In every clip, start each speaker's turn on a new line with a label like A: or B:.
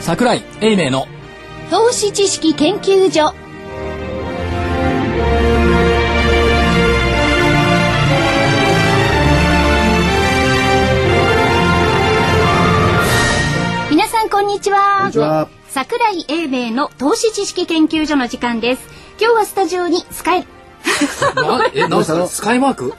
A: 桜井英明の
B: 投資知識研究所皆さんこんにちは
C: こんにちは
B: 桜井英明の投資知識研究所の時間です今日はスタジオにスカイ
A: なえなんすかスカイマーク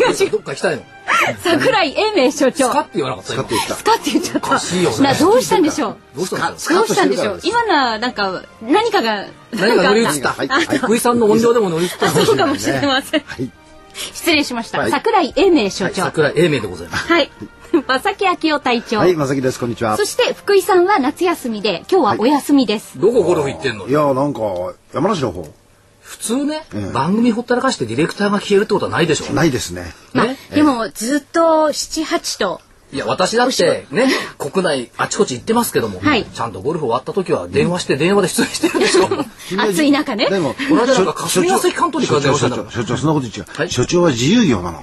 A: 違う違うどっか行きたいの
B: 桜井英明所長
A: スカって言わなかった
C: 使
A: 今
C: っていった
B: スカって言っちゃっ
A: おかしいよ
B: た
A: ね
B: などうしたんでしょう
A: どうしたんですか
B: どうしたんでしょう
C: スカッとしてるか
B: 今のはなんか何かが
A: 何が乗り移
B: なん
A: っ
B: か
A: た
C: はいはい
A: 福井さんの音量でも乗り移った
B: そうかもしれません、
C: はい
B: 失礼しました、
C: はい
B: 桜井英明所長はい、
A: 桜井英明でございます
B: 正木昭夫隊長、
C: はい、まさきです。こんにちは
B: そ。して福井さんは夏休みで今日はお休みです、
A: どこゴルフ行ってんの
C: いや、なんか、山梨の方、
A: 普通ね、
C: ん
A: 番組ほったらかしてディレクターが消えるってことはないでしょ
C: ないですね。
B: まあ
A: ね
B: でもずっと78と
A: いや私だってね国内あちこち行ってますけども、
B: はい
A: ちゃんとゴルフ終わった時は電話して電話で出演してるでしょ
B: 暑い中ね
C: でも、
A: この間なんか霞ヶ関関東に行
C: 所
A: く電
C: 長、
A: 話したんだか
C: 所長、
A: ら
C: 所長、そんなこと言っちゃ
A: は
C: う。
A: い
C: 所長は自由業なの。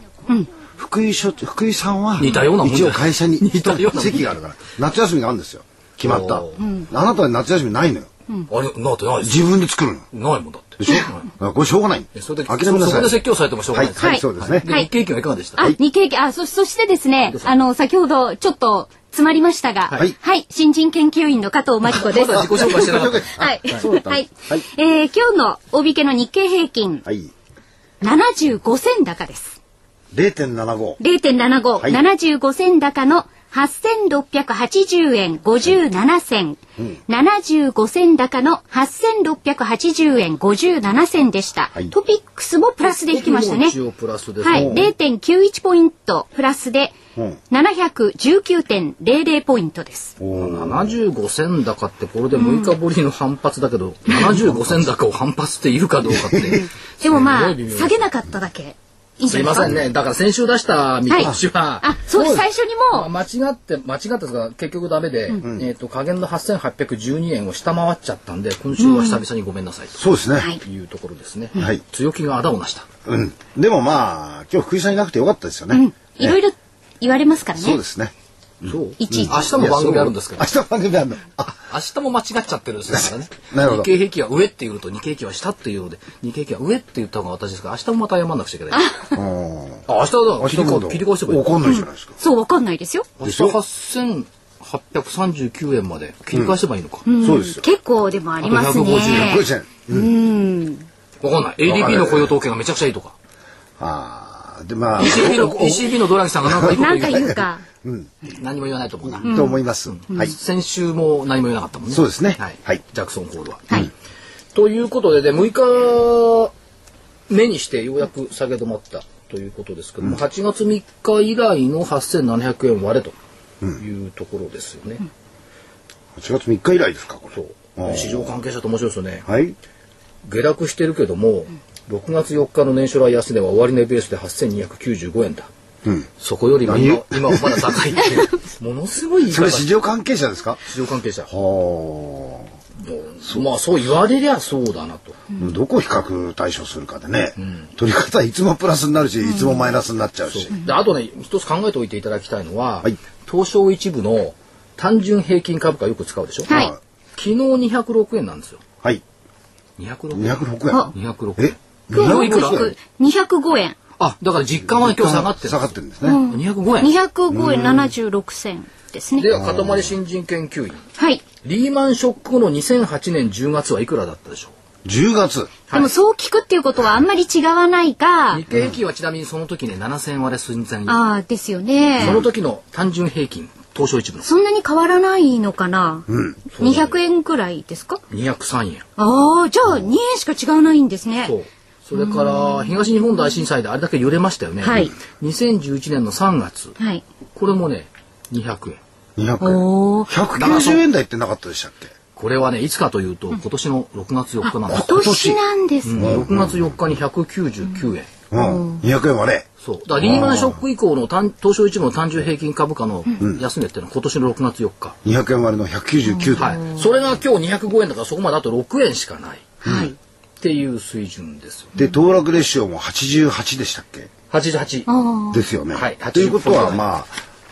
C: 福井所、福井さんは、
A: 似たようなもんじ
C: 一
A: ゃ
C: 応会社に
A: 似たようなもん
C: 席があるから、夏休みがあるんですよ。決まった。
A: お
C: あなたは夏休みないのよ。
A: あれなってないです
C: 自分で作るの。
A: ないもんだって
C: でしょだからこれしょうがない。
A: えそれで
C: 諦めな
A: そ
C: さ
A: こ
C: い。
A: で説教されてもしょうが
C: は、
A: ないいです
C: はい、そうですね。
A: で
B: はい
A: 日経平均はいかがでした
B: あ、日経あそそしてですねあの先ほどちょっとつまりましたがは
C: はいい、
B: 新人研究員の加藤真紀子で
A: ますだ自己紹介してなかった
B: はい、
C: そうだったの
B: はい
C: はい
B: えー今日の大引けの日経平均
C: はい。
B: 75銭高です
C: 0.75。
B: 0.75、
C: はい
B: 75銭高の8680円57銭、75銭高の8680円57銭でした、
C: い
B: トピックスもプラスで引きましたね
A: 一応プラスです、
B: はい、0.91ポイントプラスで
C: うん
B: 719.00ポイントです
A: 75銭高ってこれで6日ぶりの反発だけど、75銭高を反発って言うかどうかって
B: でもまあ
A: すごい微妙
B: 下げなかっただけいいんじ
A: す
B: ゃ
A: い
B: な
A: ま
B: いですか
A: せんねだから先週出した見
B: はい
A: 通しは、
B: あそうです最初に
A: まあ
B: も
A: 間違って間違ったですが結局ダメで、えっ、と下限の8812円を下回っちゃったんで今週は久々にごめんなさい
C: そうですね。
B: い
A: というところですね、
C: はい
A: 強気があだをなした
C: うん。でもまあ、今日福井さんいなくてよかったですよね。
B: いろいろ言われますから
C: そうで
B: ね
C: すね。
A: そう明
B: 一
A: 日も番組あるんですけど
C: 明日も番組あるの。 あ、
A: 明日も間違っちゃってるんですよだからね
C: なるほど
A: 日経平均は上って言うと日経平均は下っていうので日経平均は上って言った方が私ですから明日もまた謝んなくちゃいけないあ
C: うん。
A: 明日だ
C: お
A: 切り
C: 昼
A: 替え切り替えしてくれ
C: 怒んないじゃないですか。
B: そうわかんないですよ
A: 明
C: で
A: 日
C: しょ
A: 8839円まで切り替えせばいいのか、
C: そうですよ。
B: 結構でもあります
A: あと150
B: ね
C: 150円。
A: 分かんない ADP の雇用統計がめちゃくちゃいいとか
C: ああ、でまあ、
A: ECB の ECB のドラギさんが何かいいこと
B: なんか
A: 言う
B: 言うか
A: 何も言わないと思うな、
C: と思います。はい。
A: 先週も何も言わなかったもんね
C: そうですね
A: はい、
C: はい
A: ジャクソン・ホールは、
B: はい
A: ということでで6日目にしてようやく下げ止まったということですけども、8月3日以来の8700円割れというところですよね、
C: 8月3日以来ですか、これ。
A: そう市場関係者と面白いですよね
C: はい。
A: 下落してるけども、6月4日の年初来安値は終値ベースで8295円だ
C: うん。
A: そこよりも今
C: 何
A: 今はまだ高いって いうものすごい言い
C: そ
A: 方
C: れ
A: 市
C: 市場関係者ですか
A: 場関係者
C: は
A: まあそう言われりゃそうだなと
C: あ。どこを比較対象するかでね、取り方はいつもプラスになるし、いつもマイナスになっちゃうし。
A: であとね一つ考えておいていただきたいのは、
C: はい
A: 東証一部の単純平均株価よく使うでしょ、
B: はい
C: は
A: 昨日206円なんですよ
C: はい。
A: 206円
C: 206円。
A: 206円
C: え206円
B: 205円
A: あだから実感は今日下がってる
C: 下がってるんですね。
A: 205円
B: 205円76銭ですね
A: では塊新人研究員
B: はい
A: リーマンショック後の2008年10月はいくらだったでしょ
C: 10月。
B: でもそう聞くっていうことはあんまり違わないが
A: う日経平均はちなみにその時ね7000割れ寸前そ
B: ああですよね
A: の時の単純平均東証一部の
B: そんなに変わらないのかな、200円くらいですか
A: 203円
B: ああじゃあ2円しか違わないんですね
A: そう。それから東日本大震災であれだけ揺れましたよね。
B: はい
A: 2011年の3月、
B: はい
A: これもね、200円。
C: 200円。
B: おお
C: 190円台ってなかったでしたっけ
A: これはね、いつかというと、今年の6月4日なんです。
B: 今年なんですね、
A: 6月4日に199円。
C: うん。200円はね。
A: そう。だからリーマンショック以降の単東証一部の単純平均株価の安値っていうのは今年の6月4日。
C: 200円割れの199円。
A: はい。それが今日205円だからそこまであと6円しかない。
B: はい
A: っていう水準ですよ。
C: で、騰落レシオも88でしたっけ
A: 88。
B: ああ
C: ですよね。
A: はい
C: ということは、まあ、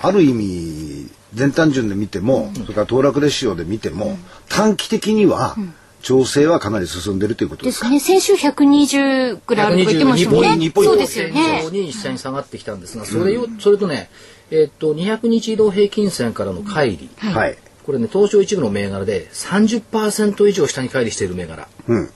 C: ある意味、全単純で見ても、それから騰落レシオで見ても、短期的には調整はかなり進んでるということ
D: で
C: です
D: すかね。先週120ぐらいあるとか言ってましたもんね。
C: 122ポイン
D: そ
C: ト
D: うですよね
A: 非常。に実際に下がってきたんですが、それよ、それとね、えっと、200日移動平均線からの乖離。
D: い
C: はい。
A: これね、東証一部の銘柄で30%以上下に乖離している銘柄。
C: うん。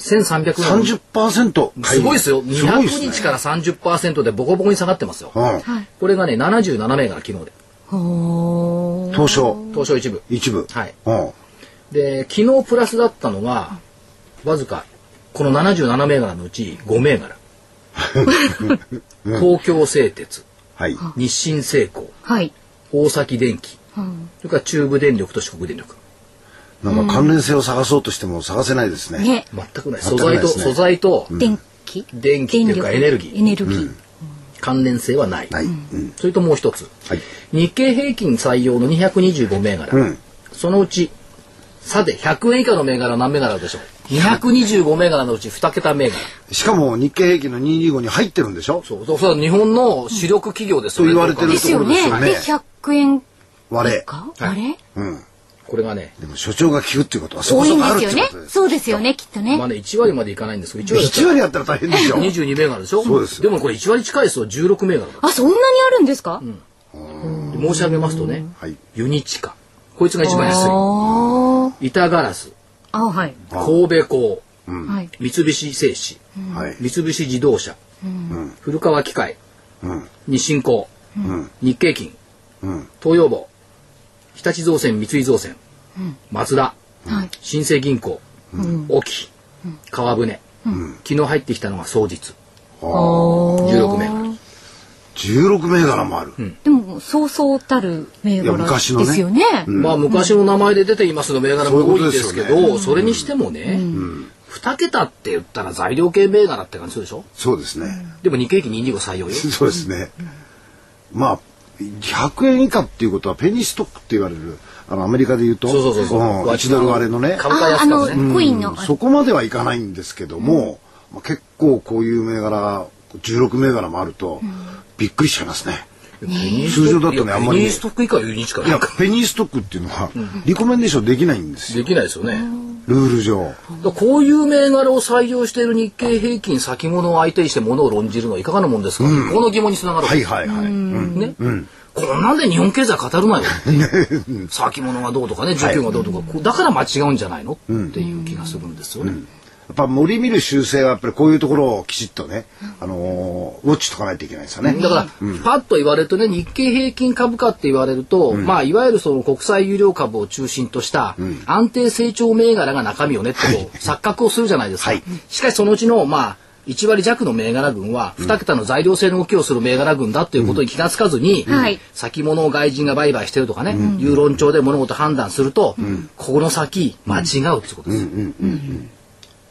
A: 1300
C: 三十
A: 円。
C: パーセント。
A: すごいですよ。
C: すごいで
A: 200
C: すね
A: 日から30%でボコボコに下がってますよ。
C: うん。
A: これがね、77銘柄、昨日で。
D: ほー
C: 東証
A: 東証一部。
C: 一部。
A: はい
C: うん。
A: で、昨日プラスだったのが、わずか、この77銘柄のうち5銘 柄。東京製鉄、
C: はい。
A: 日清製鋼、
D: はい。
A: 大崎電機、
D: うん
A: それから中部電力と四国電力。
C: なんか関連性を探そうとしても探せないですね。
D: ね。
A: 全くない。
C: 全
A: 素
C: くない
A: 材
C: で
A: と、
C: すね
A: 素材と
D: 電気
A: 電気っていうかエ
D: 電力
A: ネルギ
D: エ
A: ー。
D: ネルギー。
A: 関連性はない。
C: ない。うん。
A: それともう一つ。
C: はい。
A: 日経平均採用の225銘柄。
C: うん。
A: そのうち、さて、100円以下の銘柄は何銘柄あるでしょう ?225 銘柄のうち2桁銘柄。
C: しかも日経平均の225に入ってるんでしょ
A: そう、そうそう日本の主力企業です
C: と言われてる
D: で
C: と
D: す
C: こ
D: よ
C: ろです
D: ね。
C: よね
D: で、100円
C: 割れ。
D: か
A: はい
D: あれ
C: うん。
A: これがね、
C: でも所長が聞くっていうことはそこ
D: 多い
C: そ
D: ん
C: こあるっ
D: で
C: て
D: す
C: こ
D: よ
C: と
D: ね。
C: です。
D: そうですよね、きっと
A: まあ
D: ね。
A: ね、1割までいかないんですけど、1割だったら
C: 1割やったら大変でしょ。
A: 22銘柄でしょ
C: そうです
A: でもこれ1割近いですよ、16銘柄だ。
D: あ、そんなにあるんですか
A: で申し上げますとね、
C: はい。
A: ユニチカ。こいつが一番安
D: あ
A: い。板ガラス、
D: あ。あ、はい。
C: あ
A: 神戸港、
D: はい。
A: 三菱製紙、
C: はい。
A: 三菱自動車、古川機械、
C: うん。
A: 日清工、
C: うん。
A: 日経金、
C: うん。
A: 東洋房、日立造船、三井造船、マツダ、
D: はい。
A: 新生銀行、隠岐、川船、昨日入ってきたのが双日、16銘柄。
C: 16銘柄もある。
D: でも、そうそうたる銘
C: いや
D: 柄で
C: 昔のね
D: すよね。
A: まあ昔の名前で出ていますの銘柄も多いんですけ
C: そういうことです
A: ど、それにしてもね、2桁って言ったら材料系銘柄って感じするでしょ
C: そうですね。
A: でも日経平均225採用よ。
C: そうですね。まあ、100円以下っていうことはペニストックって言われる、あの、アメリカで言うと、
A: そうそうそうそうん
C: 1ドル割れのね、
A: 株価
D: あ、
A: 安
D: あ
A: かっ
D: の
A: たね。、
D: コインの。
C: そこまではいかないんですけども、まあ、結構こういう銘柄、16銘柄もあると、びっくりしちゃいますね。
A: ペニー
C: 通常だとね
A: いや
C: あんまりね
A: ペニーストック以下はユニチか
C: い
A: な
C: や
A: んか。、
C: ペニーストックっていうのは、リコメンデーションできないんですよ。
A: できないですよね。
C: ルール上。
A: だからこういう銘柄を採用している日経平均先物を相手にして物を論じるのはいかがなもんですか、この疑問につながるわ
C: は
A: け
C: い
A: です。
C: はいはい。うん
A: ね、こんなんで日本経済語るなよ。 先物がどうとかね、需給がどうとか、こうだから間違うんじゃないの、っていう気がするんですよね。
C: やっぱ森見る修正はやっぱりこういうところをきちっとね、あのーウォッチとかないといけないですよね。
A: だから、パッと言われるとね、日経平均株価って言われると、まあ、いわゆるその国債有料株を中心とした安定成長銘柄が中身をねってこう錯覚をするじゃないですか。
C: はい
A: しかし、そのうちの、まあ、1割弱の銘柄群は2桁の材料性の動きをする銘柄群だということに気がつかずに、
D: はい
A: 先物を外人が売買してるとかね、いう論調で物事判断すると、ここの先間違うってことです。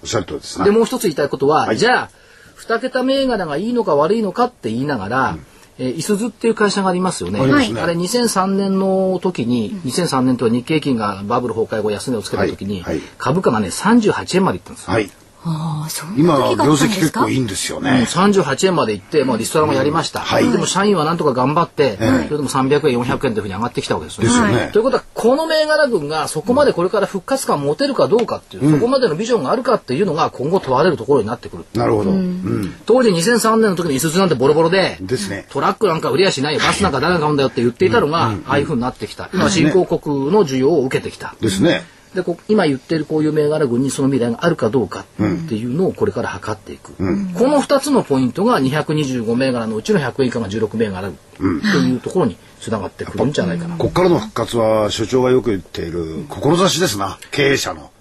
C: おっしゃる通りですね
A: で、もう一つ言いたいことは、じゃあ、二桁銘柄がいいのか悪いのかって言いながら、えー、いすずっていう会社がありますよね。
C: ありますね
A: あれ2003年の時に、2003年とは日経金がバブル崩壊後安値をつけた時に、
C: はいはい
A: 株価がね、38円までいったんですよ。
C: はい。
D: ああ、そん
C: 今
D: な
C: は
D: 時
C: 業
D: があった
C: 績
D: んで
C: 結
D: すか
C: 構いいんですよ
A: うん
C: ね。
A: 38円まで行って、まあ、リストラもやりました、
C: はい
A: でも社員はなんとか頑張って、
C: ええ
A: それでも300円400円というふうに上がってきたわけですよね。
C: ですよね。
D: は
A: ということはこの銘柄群がそこまでこれから復活感を持てるかどうかっていう、そこまでのビジョンがあるかっていうのが今後問われるところになってくる
C: なるほど。うん。
A: 当時2003年の時にイスズなんてボロボロで、
C: ですね。
A: トラックなんか売りやしないよ、バスなんか誰が買うんだよって言っていたのが、ああいう風になってきた。今、新興国の需要を受けてきた。
C: ですね。
A: で、こ今言ってるこういう銘柄群にその未来があるかどうかっていうのをこれから測っていく。この2つのポイントが225銘柄のうちの100以下が16銘柄というところにつながってくるんじゃないかな。
C: こっからの復活は所長がよく言っている志ですな。経営者の。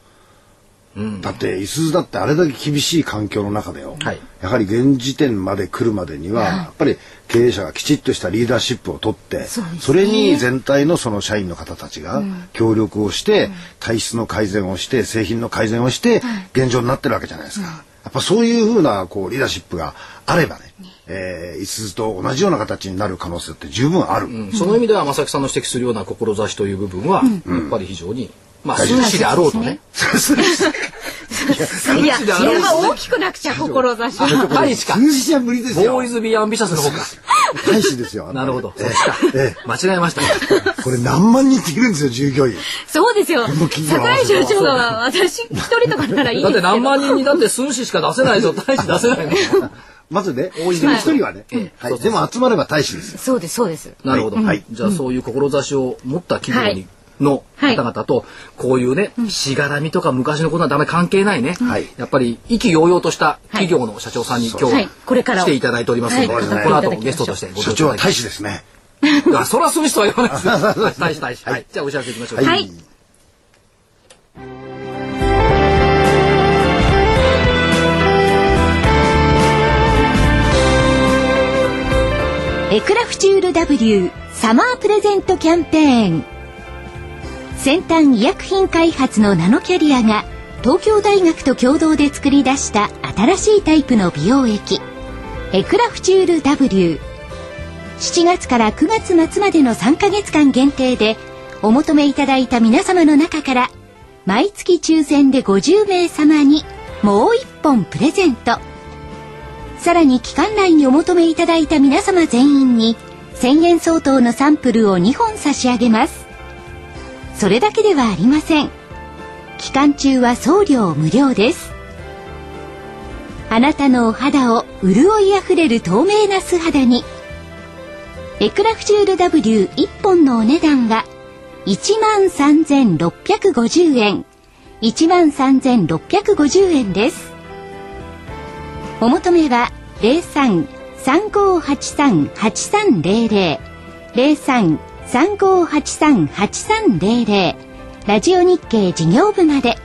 C: だって、いすゞだってあれだけ厳しい環境の中でよ。
A: はい
C: やはり現時点まで来るまでには、やっぱり経営者がきちっとしたリーダーシップを取って、
D: そうですね
C: それに全体のその社員の方たちが協力をして、体質の改善をして、製品の改善をして、現状になってるわけじゃないですか。やっぱそういうふうなこうリーダーシップがあればね、えー、いすゞと同じような形になる可能性って十分ある。
A: うんその意味では正木さんの指摘するような志という部分は、やっぱり非常に、まあ、数値であろうとね。
D: いや、それは大きくなくちゃ、志
A: やっぱりしか
C: 数字じゃ無理ですよ。
A: ボーイズ・ビー・アンビシャスの方か。
C: 大使ですよ。
A: なるほど。
C: え
A: そっちか
C: え。
A: 間違えました。
C: えこれ何万人っているんですよ、従業員。
B: そうですよ。
C: の企業は
B: 桜井社長は私一人とかならいいで
A: だっ
B: すけ
A: て
B: ど。
A: 何万人にだって寸志しか出せないぞ、大使出せ ないの。
C: まずね、
A: 多い
C: 一人一人はね。は
A: そそ
C: いう
A: うそ
C: で
A: う
C: も集まれば大使ですよ。
B: そうです、そうです。
A: なるほど。
C: はいはい
A: じゃあそういう志を持った企業に、の
B: はい
A: 方々と、こういうね、しがらみとか昔のことはダメ関係ないね。
C: はい
A: やっぱり意気揚々とした企業の社長さんに今日
B: はいこれからを
A: 来ていただいておりますので、
B: はい
A: この後ゲストとしてご
C: 社
A: 登
C: 長
A: 場
C: はい
A: ただ
C: 大
A: き
C: 使ですね。
A: いや、そらする人は言わないですよ 大使大使。はい。じゃあお知らせいきましょう。
B: はいエクラフチュール W サマープレゼントキャンペーン先端医薬品開発のナノキャリアが東京大学と共同で作り出した新しいタイプの美容液エクラフチュール W7 月から9月末までの3ヶ月間限定でお求めいただいた皆様の中から毎月抽選で50名様にもう1本プレゼントさらに期間内にお求めいただいた皆様全員に1000円相当のサンプルを2本差し上げます。それだけではありません。期間中は送料無料です。あなたのお肌を潤いあふれる透明な素肌に。エクラフチュール W1 本のお値段は13,650円。13,650円です。お求めは03-3583-8300 03-3583-8300ラジオ日経事業部まで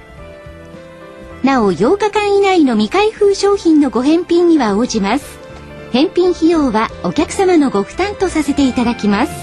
B: なお8日間以内の未開封商品のご返品には応じます返品費用はお客様のご負担とさせていただきます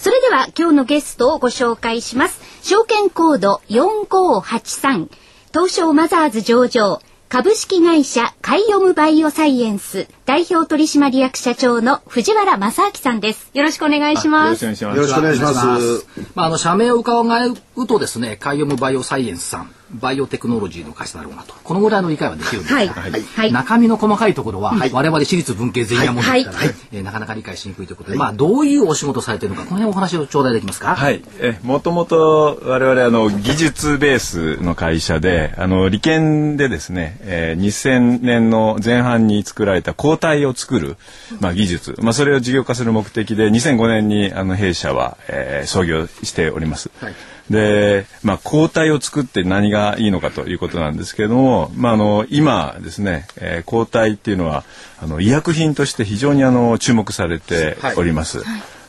B: それでは今日のゲストをご紹介します。証券コード4583東証マザーズ上場株式会社カイオムバイオサイエンス代表取締役社長の藤原正明さんです。よろしくお願いしま
E: ろしく
B: す。
E: お願いし
C: よ
E: ま
C: ろしくお願いしま
A: お願いし
C: す。
A: まあ、あの社名を伺うとですね、カイオムバイオサイエンスさん、バイオテクノロジーの会社だろうなと、このぐらいの理解はできるんですが、
B: はい。はい。
A: 中身の細かいところは、我々私立文系前夜問題から、
B: はい
A: えーなかなか理解しにくいということで、まあ、どういうお仕事をされているのか、この辺お話を頂戴できますか。
E: す。はい、えもともと我々あの技術ベースの会社であの理研でですね、えー2000年の前半に作られた抗体を作る、まあ、技術、まあ、それを事業化する目的で2005年にあの弊社は、えー創業しております。
A: はい
E: で、まあ、抗体を作って何がいいのかということなんですけれども、まあ、あの今ですね、えー抗体っていうのはあの医薬品として非常にあの注目されております。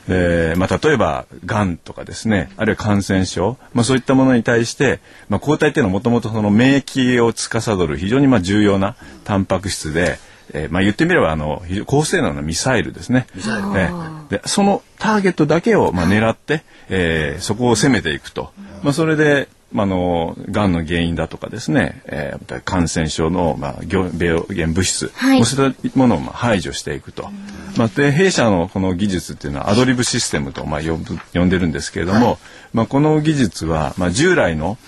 E: えーまあ、例えばがんとかですねあるいは感染症、まあ、そういったものに対して、まあ、抗体っていうのはもともとその免疫を司る非常にまあ重要なタンパク質で、えーまあ、言ってみればあの非常高性能なミサイルですね。えーでそのターゲットだけをまあ狙って、えーそこを攻めていくと、まあ、それで、まあ、あのがんの原因だとかですね、えーまた感染症の、まあ、病病原物質、
B: はい
E: もうそういったものをまあ排除していくと、まあ、で弊社のこの技術っていうのはアドリブシステムとまあ呼ぶ呼んでるんですけれども、まあ、この技術は、まあ、従来の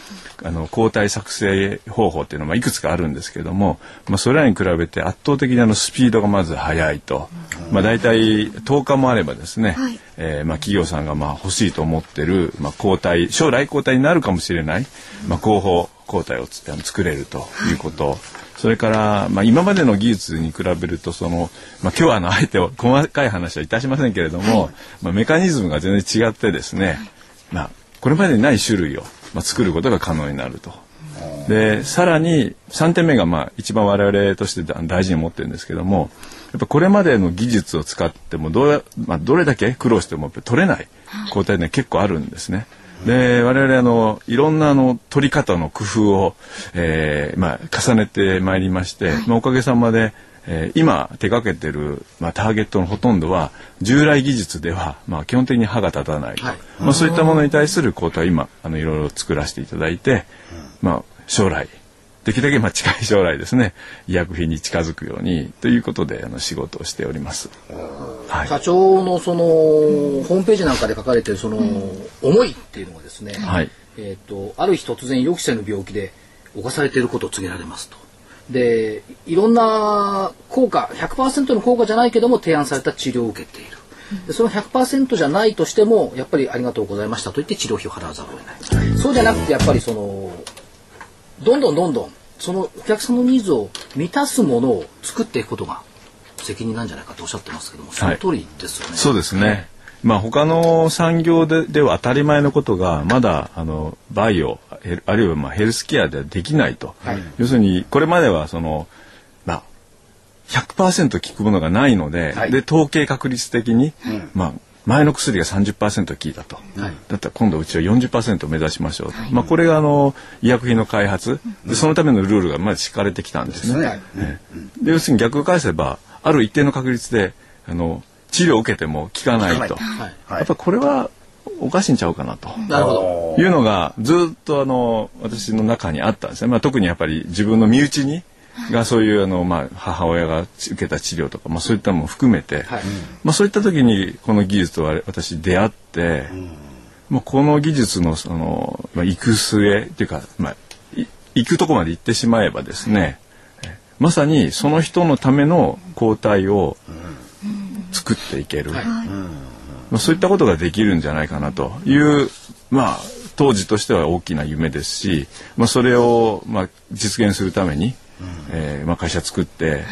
E: あの抗体作成方法っていうのはいくつかあるんですけれども、まあ、それらに比べて圧倒的にあのスピードがまず速いと、まあ、大体10日もあればですね、えーまあ、企業さんがまあ欲しいと思ってる、まあ、抗体将来抗体になるかもしれない、まあ、広報抗体をつあの作れるということ、それから、まあ、今までの技術に比べるとその、まあ、今日はあのあえて細かい話はいたしませんけれども、まあ、メカニズムが全然違ってですね、まあ、これまでにない種類を、まあ、作ることが可能になると。でさらに3点目がまあ一番我々としてだ大事に思ってるんですけどもやっぱこれまでの技術を使ってもどうや、まあ、どれだけ苦労してもやっぱ取れない抗体ね結構あるんですね。で我々あのいろんなあの取り方の工夫を、えーまあ、重ねてまいりまして、まあ、おかげさまで、えー今手掛けてる、まあ、ターゲットのほとんどは従来技術では、まあ、基本的に歯が立たないと、
A: はい
E: まあ、そういったものに対する抗体を今あのいろいろ作らせていただいて、まあ、将来できるだけまあ近い将来ですね医薬品に近づくようにということであの仕事をしております。はい
A: 社長のその、ホームページなんかで書かれてるその、思いっていうのがですね、
E: はい
A: えっ、とある日突然予期せぬ病気で侵されていることを告げられますと。でいろんな効果100%の効果じゃないけども提案された治療を受けている。でその100%じゃないとしてもやっぱりありがとうございましたと言って治療費を払わざるを得ないそうじゃなくてやっぱりそのどんどんどんどんそのお客さんのニーズを満たすものを作っていくことが責任なんじゃないかとおっしゃってますけどもその通りですよね、
E: そうですね。まあ他の産業ででは当たり前のことがまだあのバイオヘルあるいはまあヘルスケアではできないと、
A: はい
E: 要するにこれまではそのまあ100%効くものがないので、
C: はい
E: で統計確率的に、まあ前の薬が30%効いたと、だったら今度うちは40%を目指しましょうと、まあこれがあの医薬品の開発、でそのためのルールがまだ敷かれてきたんですね。
C: ね
A: はい
E: で要するに逆を返せばある一定の確率であの治療を受けても効かないと、
C: 効か
A: はい
C: はい
E: やっぱこれはおかしいんちゃうかなと。
A: なるほど
E: いうのがずっとあの私の中にあったんですね、まあ、特にやっぱり自分の身内にがそういうあの、まあ、母親が受けた治療とか、まあ、そういったのも含めて、
A: はい
E: まあ、そういった時にこの技術と我私出会って、まあ、この技術のその、まあ、行く末っていうか、まあ、い行くとこまで行ってしまえばですね、えまさにその人のための抗体を作っていける、
A: はい
E: まあ、そういったことができるんじゃないかなという、まあ、当時としては大きな夢ですし、まあ、それを、まあ、実現するために、えーまあ、会社作って、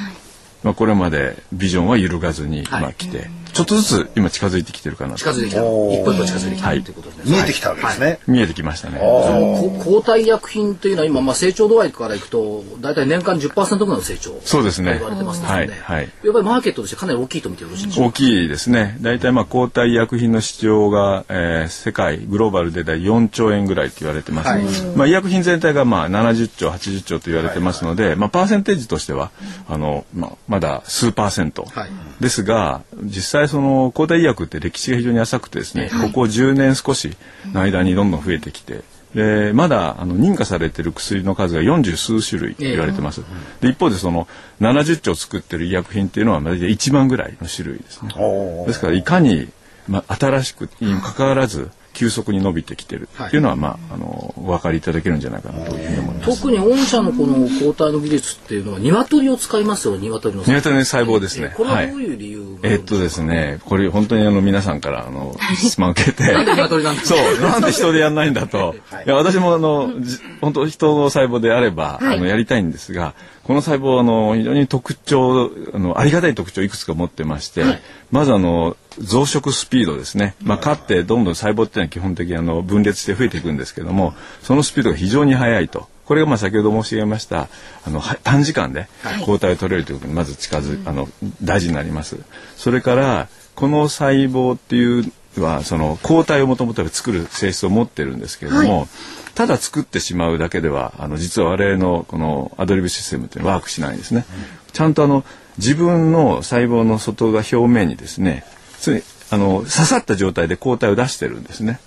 E: まあ、これまでビジョンは揺るがずに、
A: はい
E: まあ、来てちょっとずつ今近づいてきてるかなと
A: 近づいてきた一
C: おー
A: 歩一歩近づいてきた
E: は
A: と
E: い
A: いうことですね、
C: 見えてきたわけですね。
E: 見えてきましたね。
A: そのこ抗体薬品というのは今、まあ、成長度合いからいくと大体年間10%ぐらいの成長
E: そうです
A: と
E: ね
A: 言われてますので、
E: はいはい
A: やっぱりマーケットとしてかなり大きいと見てよろしいんでしょう
E: 大きいですね。大体まあ抗体医薬品の市場が、えー世界グローバルで大体4兆円ぐらいと言われてます。まあ医薬品全体がまあ70兆80兆と言われてますので、まあパーセンテージとしてはあのまあまだ数パーセント
A: はい
E: ですが、実際その抗体医薬って歴史が非常に浅くてですね、ここ10年少しの間にどんどん増えてきて。でまだあの認可されている薬の数が40数種類言われてます、で一方でその70兆作ってる医薬品っていうのは大体1万ぐらいの種類ですね
C: おー
E: ですからいかに、まあ、新しくにもかかわらず急速に伸びてきてるっていうのは、まあ、あのお分かりいただけるんじゃないかなというふうに思います。
A: 特に御社のこの抗体の技術っていうのは鶏を使いますよ鶏の
E: ニワトリの細胞ですね
A: えこれ
E: は
A: はいどういう理由があるん
E: え
A: で
E: っ
A: すか
E: とですね、これ本当にあの皆さんからあの質問を受けて、
A: なんで鶏なんです
E: そ
A: か
E: う、なんで人でやんないんだと。いや、私もあの、じ本当人の細胞であれば、あの、やりたいんですが、この細胞はあの、非常に特徴、あの、ありがたい特徴をいくつか持ってまして、まずあの、増殖スピードですね。まあ、飼ってどんどん細胞っていうのは基本的にあの、分裂して増えていくんですけども、そのスピードが非常に速いと。これがまあ先ほど申し上げましたあのは短時間で抗体を取れるということにまず近づ、あの大事になります。それからこの細胞っていうのはその抗体をもともと作る性質を持ってるんですけれども、ただ作ってしまうだけではあの実は我々のこのアドリブシステムっていうのはワークしないんですね。ちゃんとあの自分の細胞の外側表面にですねついあの刺さった状態で抗体を出してるんですね。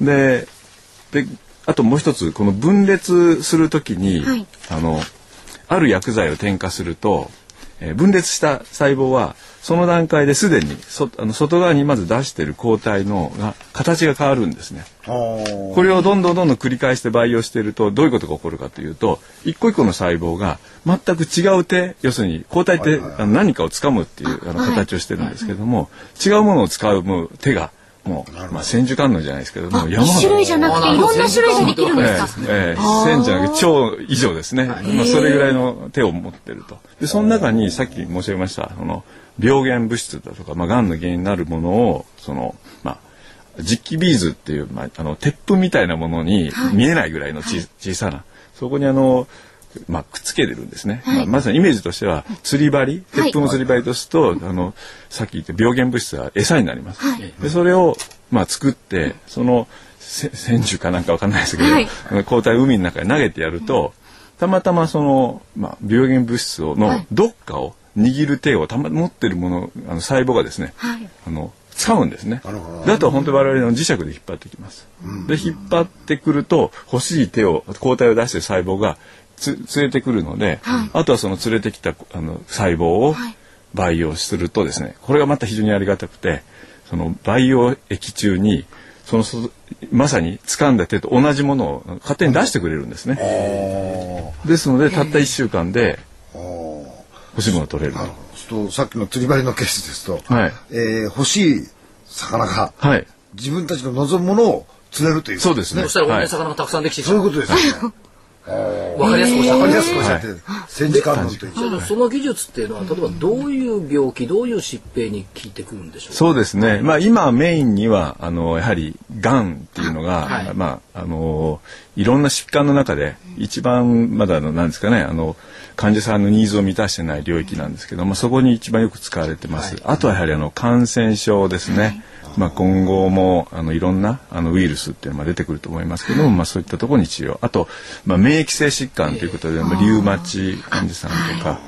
E: でであともう一つこの分裂するときに、
B: はい
E: あのある薬剤を添加すると、えー分裂した細胞はその段階ですでにそあの外側にまず出している抗体のが形が変わるんですね。これをどんどんどんどん繰り返して培養しているとどういうことが起こるかというと一個一個の細胞が全く違う手要するに抗体ってあの何かを掴むっていうあの形をしてるんですけども違うものを掴む手がもうまあ千手観音じゃないですけども
B: 一
E: 山ほ
B: 種
E: ど
B: 類じゃなくていろんな種類ができるんですか。
E: ええええ千じゃなくて超以上ですね、まあ、それぐらいの手を持ってるとでその中にさっき申し上げましたその病原物質だとか、まあ、がんの原因になるものをその、まあ、実機ビーズっていう、まあ、あの鉄粉みたいなものに見えないぐらいのち、小さなそこにあの、まあ、くっつけてるんですね、まあ、まさにイメージとしては釣り針鉄粉の釣り針とすると、あのさっき言った病原物質は餌になります、でそれを、まあ、作ってそのせ千住かなんかわかんないですけど、
B: はい
E: あの抗体を海の中に投げてやると、たまたまその、まあ、病原物質をのどっかを握る手をたま持ってるものあの細胞がですね、
B: はい
E: あの掴むんですね
C: なるほど。
E: だと本当に我々の磁石で引っ張ってきます。で引っ張ってくると欲しい手を抗体を出してる細胞がつ連れてくるので、あとはその連れてきたあの細胞を
B: はい
E: 培養するとですねこれがまた非常にありがたくてその培養液中にそのそまさに掴んだ手と同じものを勝手に出してくれるんですね。ですのでたった1週間で欲しいものが取れる。
C: なるほどそうするとさっきの釣り針のケースですと、
E: はい
C: えー欲しい魚が
E: はい。
C: 自分たちの望むものを釣れるという
E: そうですね
A: そしたら同
E: は
A: じ
E: い
A: 魚がたくさんできてき
C: そう
A: た
C: いうことですよね
A: わかりやすくおっしゃった
C: 分
A: ん
C: か
A: で
C: りや
A: す
C: すくおっしゃってる戦時観音という
A: そのその技術っていうのは例えばどういう病気どういう疾病に効いてくるんでしょうか
E: そうですね。まあ今メインにはあのやはりがんっていうのが、
A: はい
E: まああのいろんな疾患の中で一番まだあのなんですかねあの患者さんのニーズを満たしてない領域なんですけど、まあそこに一番よく使われてます。あとはやはりあの感染症ですね。まあ今後もあのいろんなあのウイルスっていうのが出てくると思いますけども、まあそういったところに治療。あとまあ免疫性疾患ということで、まあリウマチ患者さんとか、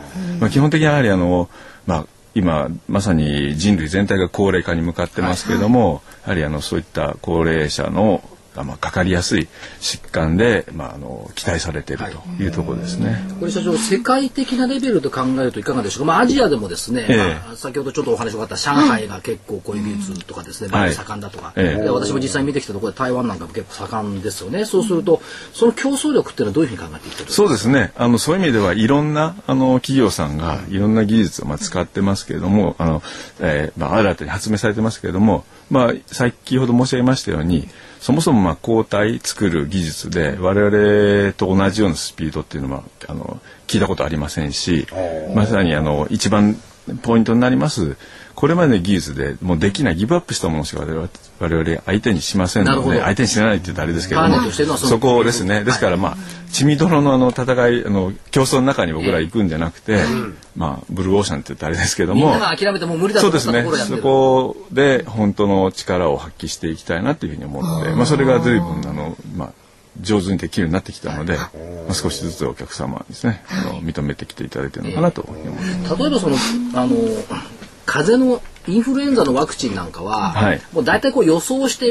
E: まあ基本的にやはりあのまあ今まさに人類全体が高齢化に向かってますけれども、やはりあのそういった高齢者のがまあかかりやすい疾患で、まあ、あの期待されているというところですね。
A: これ社長世界的なレベルで考えるといかがでしょうか、まあ、アジアでもですね、
E: ええ
A: まあ先ほどちょっとお話があった上海が結構こういう技術とかですね、
E: は
A: バ
E: い
A: イオ盛んだとか、
E: ええ
A: で私も実際に見てきたところで台湾なんかも結構盛んですよねそうするとその競争力っていうのはどういうふうに考えていってるんですか
E: そうですね。あのそういう意味ではいろんなあの企業さんがいろんな技術をまあ使ってますけれども、あの、えーまあ新たに発明されてますけれども、まあ先ほど申し上げましたように、そもそもまあ抗体作る技術で我々と同じようなスピードっていうのはあの聞いたことありませんし、まさにあの一番ポイントになります。これまでの技術でもうできないギブアップしたものしか我々我々相手にしません
A: なる
E: の
A: ほ
E: で
A: ど
E: 相手にしないって言うとあれですけれど
A: ターゲットしてるの
E: も
A: はその
E: そこですねですからまあ血みどろのあの戦いあの競争の中に僕ら行くんじゃなくて、まあブルーオーシャンって言ったらあれですけど
A: みん
E: も
A: なが諦めてもう無理だと
E: そう
A: 思
E: で
A: った
E: す
A: と
E: ね
A: ころをやって
E: そ
A: る
E: こで本当の力を発揮していきたいなというふうに思ってまあそれが随分あのまあ上手にできるようになってきたので、まあ、少しずつお客様にですね、あの認めてきていただいてるのかなと思います。
A: 例えばそのあの風邪のインフルエンザのワクチンなんかは、
E: はい
A: もう大体こう予想して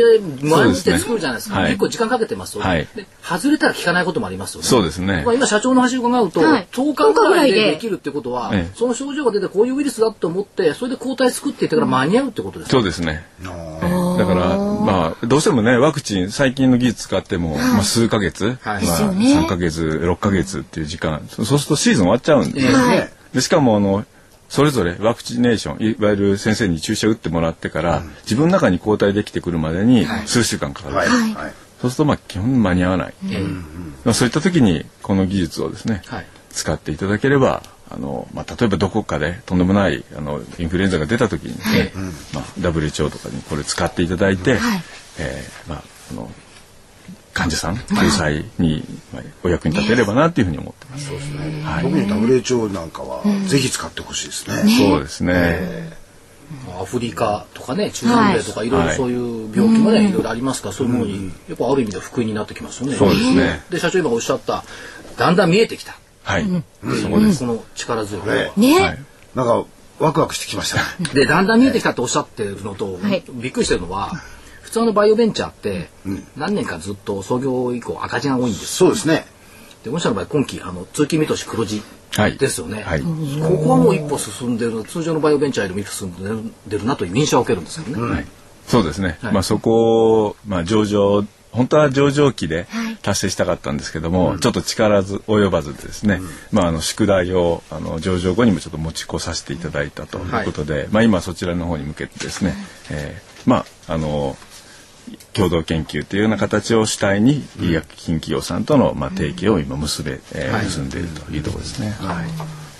A: 前もって作るじゃないですか
E: そうですねはい
A: 結構時間かけてますよね、
E: はい
A: で外れたら効かないこともありますよね
E: そうですね
A: まあ、今社長の話を伺うと、
B: はい
A: 10日ぐらい
B: 10日ぐらい
A: で
B: で
A: できるってことは、
E: ええ
A: その症状が出てこういうウイルスだと思ってそれで抗体作っていったから間に合うってことですか、
E: そうですね。ええだからまあどうしてもねワクチン最近の技術使っても、まあ数ヶ月、
A: はい
E: まあ
B: よね
E: 三ヶ月六ヶ月っていう時間そそうするとシーズン終わっちゃうんですよ
B: はい
C: ね
E: でしかもあのそれぞれワクチネーションいわゆる先生に注射打ってもらってから、自分の中に抗体できてくるまでに数週間かかる、
C: はいはい
E: そうするとまあ基本間に合わない、
A: ええ
E: まあ、そういった時にこの技術をですね、
A: はい
E: 使っていただければあの、まあ、例えばどこかでとんでもないあのインフルエンザが出た時にですね、
A: ええ
E: まあ、WHO とかにこれ使っていただいて、
B: はい
E: えーまあ、あの患者さん救済にまあお役に立てればなというふうに思ってます。はい
C: 特に WHO なんかはぜひ使ってほしいですね
E: そうですね、
A: アフリカとかね中南米とかいろいろそういう病気もね、い、ろいろありますからそういうものにやっぱある意味では福音になってきますよね。
E: そうですね
A: で社長今おっしゃっただんだん見えてきた
E: はい、
A: そこですこの力強い、
C: ね
B: ね、
E: はい
C: なんかワクワクしてきましたね
A: でだんだん見えてきたっておっしゃってるのと、
B: はい
A: びっくりしてるのは普通のバイオベンチャーって何年かずっと創業以降赤字が多いんです
C: そうですね
A: で御社の場合今期あの通期見通し黒字
E: はい
A: ですよね、
E: はい
A: ここはもう一歩進んでる通常のバイオベンチャーよりも一歩進んでるなという印象を受けるんですけどね、
E: はい、そうですね、
A: はい
E: まあそこを、まあ、上場本当は上場期で達成したかったんですけども、ちょっと力ず及ばずでですね、まあ、あの宿題をあの上場後にもちょっと持ち越させていただいたということで、まあ、今そちらの方に向けてですね、えーまああの共同研究というような形を主体に医薬品企業さんとの、まあ、提携を今結べ、えー結んでいるというところですね。はい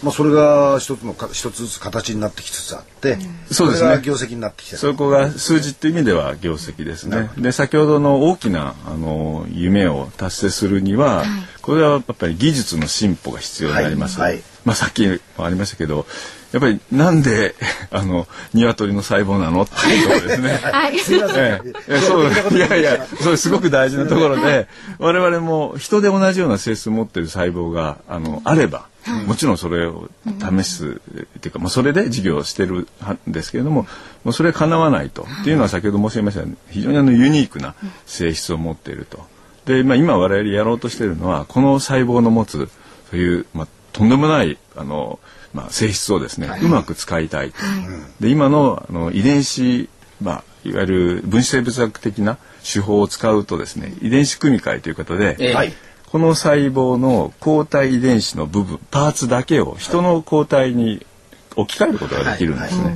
C: まあそれが一つのか一つずつ形になってきつつあって
E: そうですね
C: これが業績になってきてる
E: そこが数字という意味では業績ですね。で先ほどの大きなあの夢を達成するには、これはやっぱり技術の進歩が必要になります。
C: はいはい
E: まあさっきもありましたけど、やっぱりなんであの鶏の細胞なのっていうところですね。
C: すいません
E: ええ、ええそういやいやそれすごく大事なところで我々も人で同じような性質を持っている細胞があのあればもちろんそれを試すっていうか、まあ、それで事業をしてるんですけれどももうそれはかなわないとっていうのは先ほど申し上げましたように非常にあのユニークな性質を持っていると。で、まあ、今我々やろうとしているのはこの細胞の持つそういう、まあ、とんでもないあの、まあ、性質をですね、うまく使いたいと、で今のあの遺伝子、まあ、いわゆる分子生物学的な手法を使うとですね遺伝子組み換えということで、
A: ええ
C: はい
E: この細胞の抗体遺伝子の部分パーツだけを人の抗体に置き換えることができるんですね、
C: はい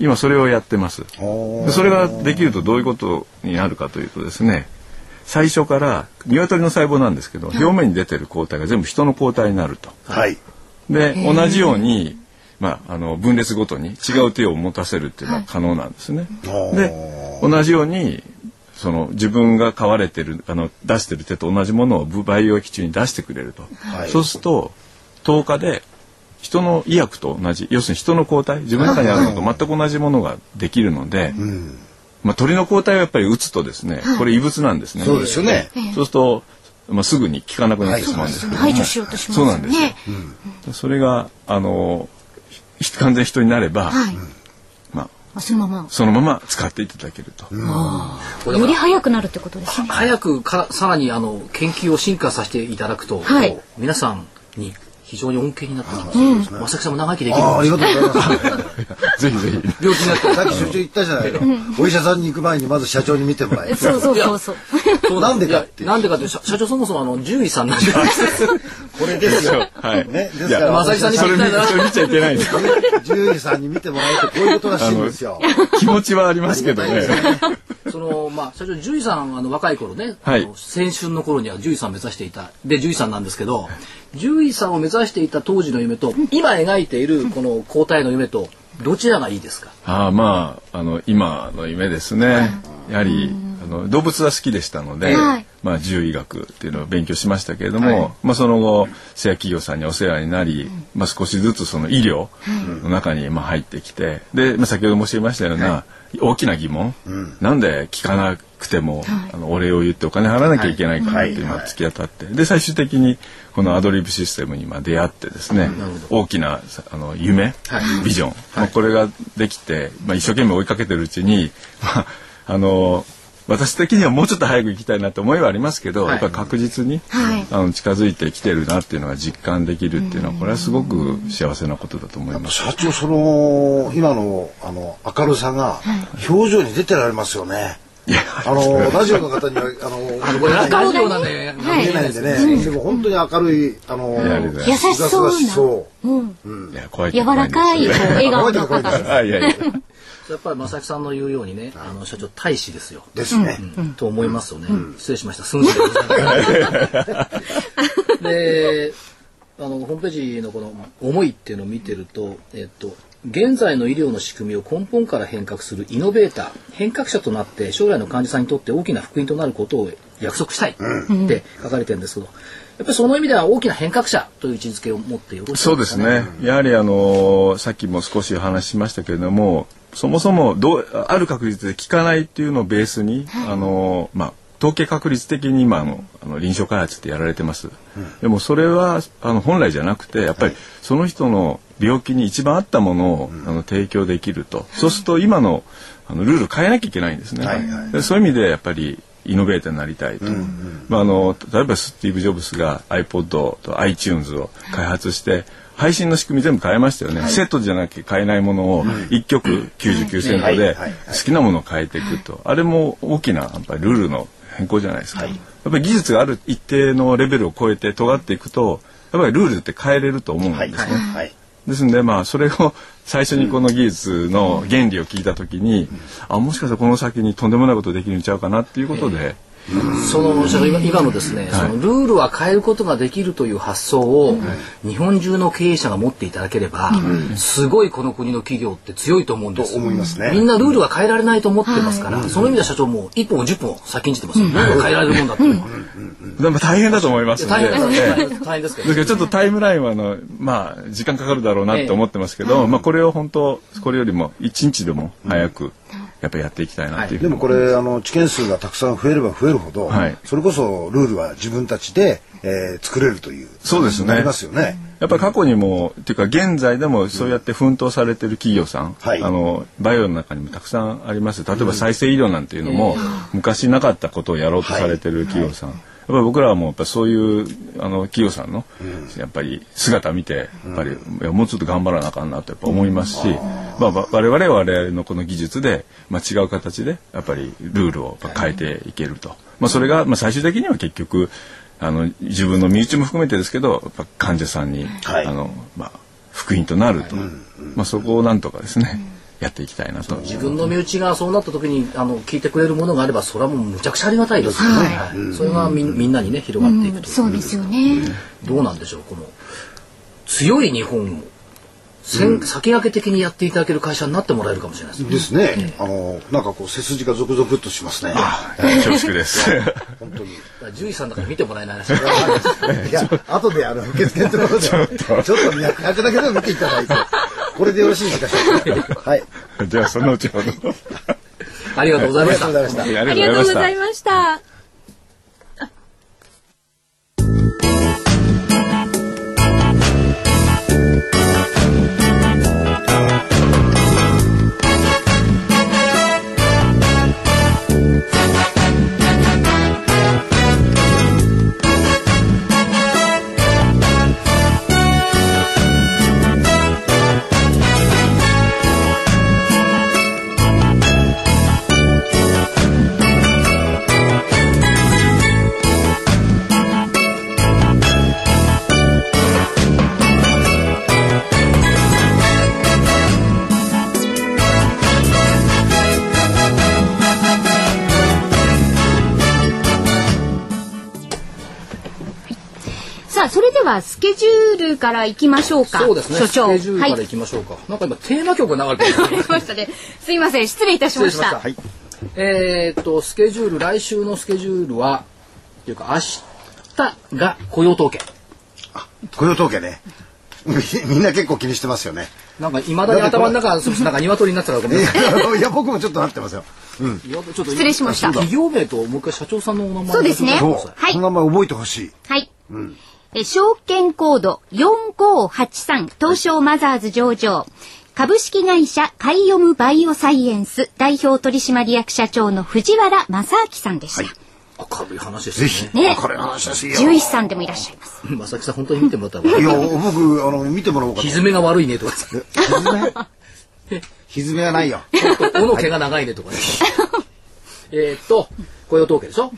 E: 今それをやってます
C: お
E: でそれができるとどういうことになるかというとですね最初から鶏の細胞なんですけど表面に出てる抗体が全部人の抗体になると
C: はい
E: で同じように、まあ、あの分裂ごとに違う手を持たせるっていうのは可能なんですね。
C: おー
E: で同じようにその自分が飼われてるあの出してる手と同じものをぶ培養液中に出してくれると、
C: はい
E: そうすると10日で人の医薬と同じ要するに人の抗体自分の中にあるのと全く同じものができるので、
C: うん
E: まあ、鳥の抗体はやっぱり打つとですねこれ異物なんですね。
C: そうですよね
E: そうすると、まあ、すぐに効かなくなってしまうんですけど、
B: 排除しようとします
E: そう
B: よ
E: なんですよ
B: ね。
E: それがあのひ完全に人になれば、
B: はい。
E: まあ、
B: あそのま
E: そのまま使っていただけると、
A: こ
B: ま
A: れだ
B: よ
A: か
B: り
A: ら
B: 早くなるってことですね。
A: 早くかさらにあの研究を進化させていただくと、
B: はい
A: 皆さんに非常に恩恵になってきます。まさきさんも長生きできる
C: あーありがとうございます
E: ぜひぜひ
A: 病気になって
C: さっき所長言ったじゃないの、お医者さんに行く前にまず社長に見てもらえ
B: そうそうそうそう。
A: そう
C: なんでかって
A: いやなんでかって社社長そもそもあの獣医さんなん じゃないですか。
C: これです よ
E: はい
C: ねですから
E: いや
A: 正木さんに
E: それ見
A: 聞きたいな
E: それ見ちゃいけないんですよ
C: 獣医さんに見てもらえてこういうことらしいんですよ
E: 気持ちはありますけどね
A: そのまあ社長獣医さんあの若い頃ね、
E: はい
A: あの先春の頃には獣医さんを目指していたで獣医さんなんですけど獣医さんを目指していた当時の夢と今描いているこの交代の夢とどちらがいいですか
E: ああまああの今の夢ですねやはりあの動物は好きでしたので、
B: はい
E: まあ、獣医学っていうのを勉強しましたけれども、まあ、その後製薬企業さんにお世話になり、まあ、少しずつその医療の中にまあ入ってきてで、まあ、先ほども申しましたような、大きな疑問、なんで聞かなくても、あのお礼を言ってお金払わなきゃいけないかなっていうのが突き当たって、で最終的にこのアドリブシステムにまあ出会ってですね、大きなさあの夢、ビジョン、まあ、これができて、まあ、一生懸命追いかけてるうちに、まあ、あの私的にはもうちょっと早く行きたいなって思いはありますけど、
A: はい
E: やっぱり確実に、
B: はい
E: あの近づいてきてるなっていうのが実感できるっていうのはこれはすごく幸せなことだと思います。
C: 社長その今のあの明るさが表情に出てられますよね、
E: いや
C: あのラジオの方にはあの
A: あのこれラ
B: 顔がね
A: ジオなんで
B: はい
C: 見えないんでね、でも本当に明るいあの
E: いやありがとうござい
B: 優
E: ま
B: しそう
C: すがすがし
B: な。
C: そ
B: うん。
E: いや怖い
B: 柔らか いこう笑顔の方です。
E: あいやいや
A: やっぱり正木さんの言うようにねあの社長大使ですよ
C: うですね、
A: と思いますよね、失礼しました寸志 でございますであのホームページのこの「思い」っていうのを見てると、えっと、現在の医療の仕組みを根本から変革するイノベーター変革者となって将来の患者さんにとって大きな福音となることを約束したいって書かれてるんですけどやっぱりその意味では大きな変革者という位置づけを持ってよろしい
E: そうですね。やはりあのさっきも少しお話ししましたけれども、そもそもどうある確率で効かないっていうのをベースに、あのまあ統計確率的に今あのあの臨床開発ってやられてます。でもそれはあの本来じゃなくてやっぱりその人の病気に一番合ったものを、あの提供できると、そうすると今のあのルール変えなきゃいけないんですね、
C: はいはい
E: でそういう意味でやっぱりイノベーターになりたいと、まあ、あの例えばスティーブ・ジョブスが iPod と iTunes を開発して、配信の仕組み全部変えましたよね、セットじゃなきゃ買えないものを1曲99セント
C: はい
E: で
C: はい
E: 好きなものを変えていくと、あれも大きなやっぱりルールの変更じゃないですか、やっぱり技術がある一定のレベルを超えて尖っていくとやっぱりルールって変えれると思うんですね、
C: はい
E: ですのでまあそれを最初にこの技術の原理を聞いた時に、あもしかしたらこの先にとんでもないことできるんちゃうかなっていうことで、
A: その社長今今のですね、そのルールは変えることができるという発想を日本中の経営者が持っていただければ、すごいこの国の企業って強いと思うんですよ
C: と思いますね
A: みんなルールは変えられないと思ってますから、その意味では社長も1本10本先んじてますよ、ルールは変えられるもんだっていうのは、
E: でも大変だと思いますの
A: 大
E: で。
A: 変です
E: ええ
A: 大変大変ですけ
E: だか
A: ど
E: らちょっとタイムラインはあのまあ時間かかるだろうなって思ってますけど、まあこれを本当これよりも一日でも早くやっぱりやっていきたいなっていうふ
C: で
E: うに
C: もこれあの知見数がたくさん増えれば増えるほど、
E: はい
C: それこそルールは自分たちで、えー作れるという
E: そうですね
C: なりますよね。
E: やっぱり過去にもっていうか現在でもそうやって奮闘されてる企業さん、
C: はい
E: あのバイオの中にもたくさんあります例えば再生医療なんていうのも昔なかったことをやろうとされてる企業さん、ぱり僕らはもうやっぱそういうあの企業さんの、やっぱり姿見てやっぱり、いやもうちょっと頑張らなあかんなとやっぱ思いますし、まあ、わ我々は我々のこの技術で、まあ、違う形でやっぱりルールをやっぱ変えていけると、まあ、それが、まあ、最終的には結局あの自分の身内も含めてですけどやっぱ患者さんに、
C: はい
E: あのまあ、福音となると、まあ、そこをなんとかですね、やっていきたいなと。
A: 自分の身内がそうなった時にあの聞いてくれるものがあればそれはもうむちゃくちゃありがたいですよね、はいそれがみんみんなにね広がっていくと、
B: そうですよね。
A: どうなんでしょうこの強い日本を先,、先駆け的にやっていただける会社になってもらえるかもしれないですね
C: ですね、あのなんかこう背筋がゾクゾクっとしますね
E: 恐縮です。
C: 本当に
A: だから獣医さんだから見てもらえない話い
C: いや後であの受付のところでちょっとちょっと脈拍だけでも見ていただいてこれでよろしいですか社長 はい
E: じゃあそのうちほど。
A: ありがとうございました
C: ありがとうございました
E: あ
B: ありがとうございました。さあ、それではスケジュールから行きましょう か。
A: そうですね
B: 所長。
A: スケジュールから
B: はい
A: いきましょうか、なんか今テーマ曲が流れて る
B: わかりましたね。すいません、失礼いたしました。
A: はい。えーっと、スケジュール、来週のスケジュールは、というか、明日が雇用統計。
C: 雇用統計ね みみんな結構気にしてますよね
A: なんか、いまだに頭の中、そうですなんか鶏になってたからごめんなさい。
C: いや僕もちょっとなってますよ
A: ちょっと
B: 失礼しました
A: 企業名と、もう一回社長さんのお名前
B: そうですね
A: 教えてく
C: そう、
A: ださい
B: はい
C: この名前覚えてほしい
B: はい。え証券コード4583東証マザーズ上場株式会社カイオムバイオサイエンス代表取締役社長の藤原正明さんでした。
A: 明るい話です
C: ぜ
A: ね。
C: ひ、
B: ね
C: これ話ですよ
B: 獣医師さんでもいらっしゃいます。
A: まさきさん、本当に見てもらったら
C: い、や僕あの見てもらおうかと
A: ひずめが悪いねとか、ちょ
C: ひずめひずめはないよ
A: っと、おの毛が長いねとかね。えーっと、雇用統計でしょ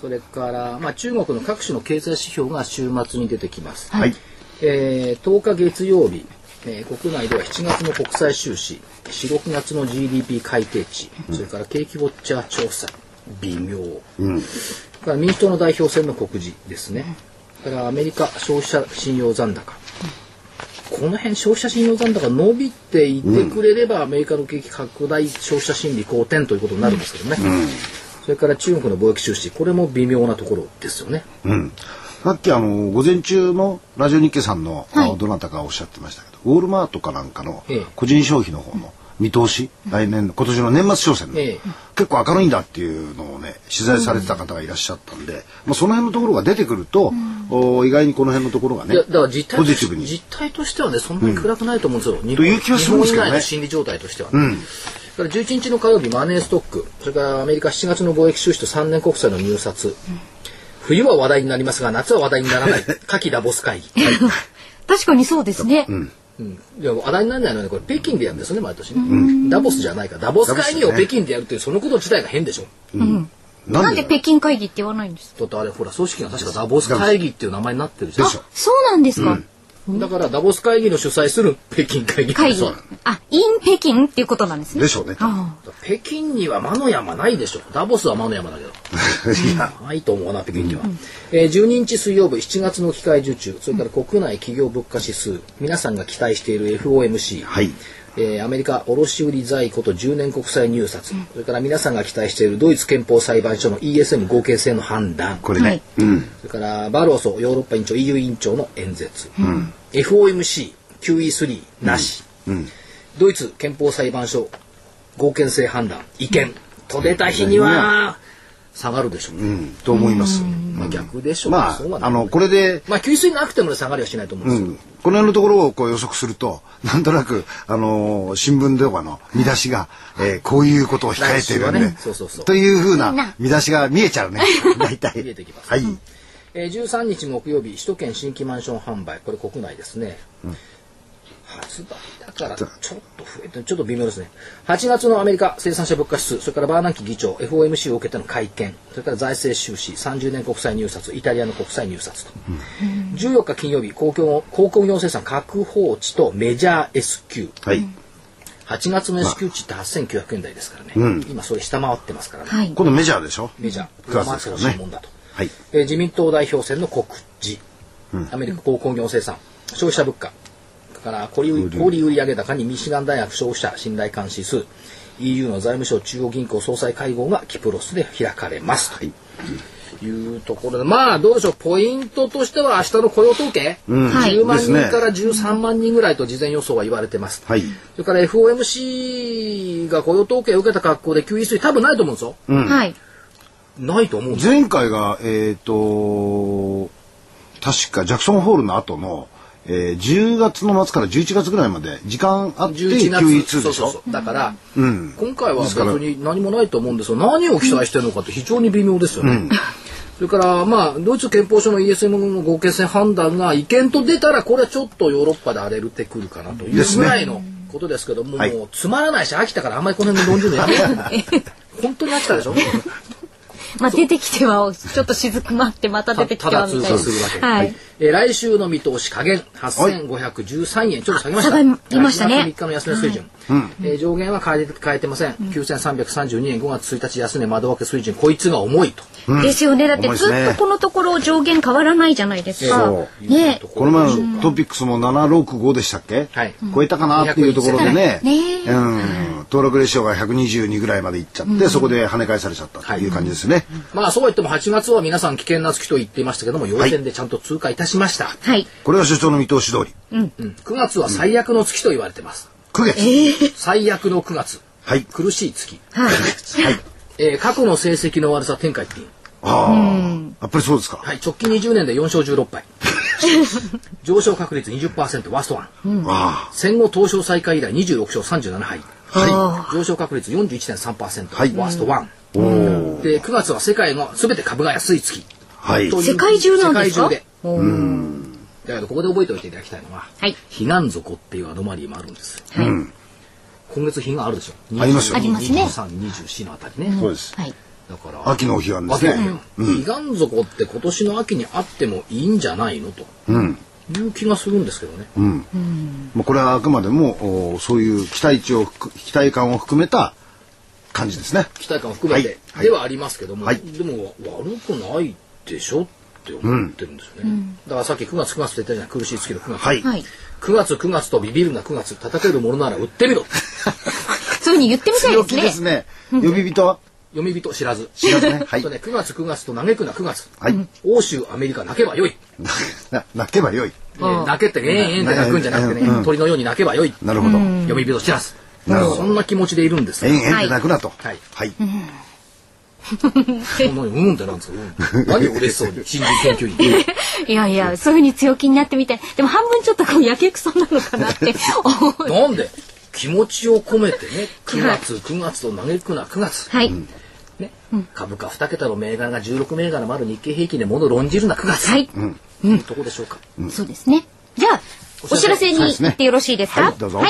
A: それから、まあ、中国の各種の経済指標が週末に出てきます。
C: はい
A: えー10日月曜日、えー国内では7月の国際収支4、6月の GDP 改定値、それから景気ウォッチャー調査、微妙、それから民主党の代表選の告示ですね、それからアメリカ消費者信用残高、この辺、消費者信用残高伸びていてくれれば、アメリカの景気拡大、消費者心理好転ということになるんですけどね、それから中国の貿易収支、これも微妙なところですよね。
C: うん、さっきあの午前中のラジオ日経さんの,、あのどなたかおっしゃってましたけどウォールマートかなんかの
A: ええ
C: 個人消費の方の見通し、来年の今年の年末商戦の、
A: ええ
C: 結構明るいんだっていうのをね取材されてた方がいらっしゃったんで、まあ、その辺のところが出てくると、お意外にこの辺のところがね
A: いやだから実態
C: ポ
A: と
C: ジ
A: し
C: ティブに
A: 実態としてはねそんなに暗くないと思うんですよ、日
C: と
A: 本
C: いう気はするんですけど
A: 日本以外
C: ね
A: の心理状態としては、ねそれから11日の火曜日マネーストックそれからアメリカ7月の貿易収支と3年国債の入札、冬は話題になりますが夏は話題にならない 夏季ダボス会議、
B: 確かにそうですね。
A: うん、いや話題にならないのはねこれ北京でやるんですよね毎年ね、ダボスじゃないかダボス会議を
C: ダボスね
A: 北京でやるというそのこと自体が変でしょ
C: な
B: なんで北京会議って言わないんですか
A: だってあれほら組織が確かダボス会議っていう名前になってるじゃん
C: でしょ
B: そうなんですか、
A: だからダボス会議の主催する北京会議
B: 会議
A: そう。
B: あ、イン北京っていうことなんですね。
C: でしょうね
B: あ
A: 北京には魔の山ないでしょダボスは魔の山だけど
C: いや
A: ないと思うな北京には、えー12日水曜日7月の機械受注それから国内企業物価指数皆さんが期待している FOMC、
C: はい
A: えーアメリカ卸売在庫と10年国債入札、それから皆さんが期待しているドイツ憲法裁判所の ESM 合計性の判断
C: これね、
B: はい
C: うん
A: それからバローソヨーロッパ委員長 EU 委員長の演説、FOMCQE3 なし、ドイツ憲法裁判所合憲性判断違憲と出た日には下がるでしょうね。
C: うん、と思います。
A: まあ逆でしょうね。
C: まあ
A: そうは、な
C: あ
A: い
C: の、これで、
A: まあ給水なくても下がりはしないと思うんです
C: う
A: けど
C: ん、この辺のところをこう予測すると、なんとなく、あのー新聞とかの見出しが、えーこういうことを控えているんで、
A: 来週はねそうそうそう
C: というふうな見出しが見えちゃうね、大体。
A: 見えてきます
C: はい。
A: えー、13日木曜日、首都圏新規マンション販売、これ国内ですね。発売だからちょっと増えて、ちょっと微妙ですね。8月のアメリカ生産者物価指数、それからバーナンキ議長、FOMC を受けての会見、それから財政収支、30年国債入札、イタリアの国債入札と。14日金曜日、公共鉱工業生産確保値とメジャー S q
C: はい。
A: 8月の S q 値って8900円台ですからね。
C: うん
A: 今それ下回ってますからね。
B: はい。
C: 今度メジャーでしょ
A: メジャー、
C: クラ
A: 上回っ
C: スです
A: て
C: よ
A: ほ
C: ね
A: しいもんだと。
C: はい。
A: えー自民党代表選の告示、アメリカ鉱工業生産、消費者物価、それから小売小売売上高にミシガン大学消費者信頼感指数、EU の財務省中央銀行総裁会合がキプロスで開かれますと。いうところで、まあどうでしょう、ポイントとしては明日の雇用統計、
B: はい
A: 10万人
C: ですね
A: から13万人ぐらいと事前予想は言われてます。
C: はい。
A: それから FOMC が雇用統計を受けた格好で QE 水多分ないと思うんですよ。
B: はい。
A: ないと思うんですよ
C: 前回が、えっ、と、確かジャクソンホールの後の、えー10月の末から11月ぐらいまで時間あって
A: 11月
C: QE2
A: そ
C: で
A: う
C: し
A: そう
C: ょ
A: そうだから、
C: うん。
A: 今回は
C: です
A: 別
C: から
A: に何もないと思うんですが何を記載してるのかって非常に微妙ですよね。それから、まあ、ドイツ憲法書の ESM の合憲性判断が違憲と出たら、これはちょっとヨーロッパで荒れるってくるかなという
C: です
A: ぐ
C: ね
A: らいのことですけども、
C: はい
A: もうつまらないし、飽きたからあんまりこの辺の論じるのやめ よう本当に飽きたでしょ
B: まあ、出てきては、ちょっと雫まって、また出てき
A: た
B: ては
A: だ
B: み
A: 通
B: たいな
A: 過するわけ。
B: はい。
A: えー来週の見通し加減8513円ちょっと下げました。
B: あ下がりましたね
A: 3日の安値水準。えー上限は変えて変えてません。9332円5月1日安値窓枠水準こいつが重いと。
B: ですよね。だって
C: 重いで
B: ず
C: すね
B: っとこのところ上限変わらないじゃないですか。
C: そ
B: ね
A: と
C: この前のトピックスも765でしたっけ、
A: はい
C: 超えたかなっていうところでね
B: うん201
C: うん、登録レシオが122ぐらいまでいっちゃって、そこで跳ね返されちゃったという感じですね。
A: まあそうは言っても8月は皆さん危険な月と言っていましたけども、要点でちゃんと通過いたしました。
B: はい。
C: これが所長の見通し通り。
A: うん9月は最悪の月と言われてます。
C: 9月。
A: 最悪の9月。
C: はい。
A: 苦しい月。
B: はい。
A: えー過去の成績の悪さ天下一品。
C: ああ、やっぱりそうですか。
A: はい、直近20年で4勝16敗。 上昇確率20%ワーストワン。
C: あ
A: 戦後東証再開以来26勝37敗、
C: あ、は
A: 上昇確率41.3%、
C: はい
A: ワースト1、
C: い。おお、
A: で9月は世界の全て株が安い月
C: はい。
A: という
B: 世界中なんですか
A: 世界中でだけどここで覚えておいていただきたいのは、
B: はい。
A: 避難底っていうアノマリーもあるんですよ
B: はい。
A: 今月避難あるでしょ
C: ありますよ
B: ありますね
A: 2324のあたりね、
C: そうです。
B: はい。
A: だから
C: 秋のお彼岸ですね。
A: 避難底って今年の秋にあってもいいんじゃないのと
C: うん。
A: いう気がするんですけどね、
C: まあ、これはあくまでも、おそういう期待値を含、期待感を含めた感じですね。
A: 期待感を含めて、
C: はいはい
A: ではありますけども、
C: はい
A: でも悪くないでしょって思ってるんですよね、だからさっき9月9月って言ったじゃない苦しい月の9月、
C: はい。
B: はい。
A: 9月9月とビビるな9月叩けるものなら売ってみろ
B: そういうふうに言ってみたい
C: 強
B: です
C: 気です
B: ね。
C: ね。呼び人は
A: 読み人知らず
C: 知らず ね。は
A: あ
C: い
A: と。ね9月9月と嘆くな9月、
C: はい。
A: 欧州アメリカ泣けばよい、
C: な泣けばよい。
A: えー泣けってえーえーって泣くんじゃなくてね、
C: うん
A: 鳥のように泣けばよい、
C: なるほど。
A: 読み人知らず
C: なるほど
A: そんな気持ちでいるんです
C: え
A: よ
C: んえんって泣くなと。
A: はい
C: はい。
A: そんなにうんってなんですよ、うん、何を嬉しそうに新人研究員
B: いやいや、そういうふうに強気になってみたい。でも半分ちょっとこう、やけくそなのかなって思う。
A: なんで気持ちを込めてね9月9月と嘆くな9月、
B: はい。
A: ね株価2桁の銘柄が16銘柄もある日経平均で物を論じるな9月、
B: はい。
A: うん、とこでしょうか、
B: そうですね。じゃあ、お
A: お
B: 知
A: 知
B: ら
A: ら
B: せ
A: せ
B: に行ってよろしいですか
C: はいどうぞ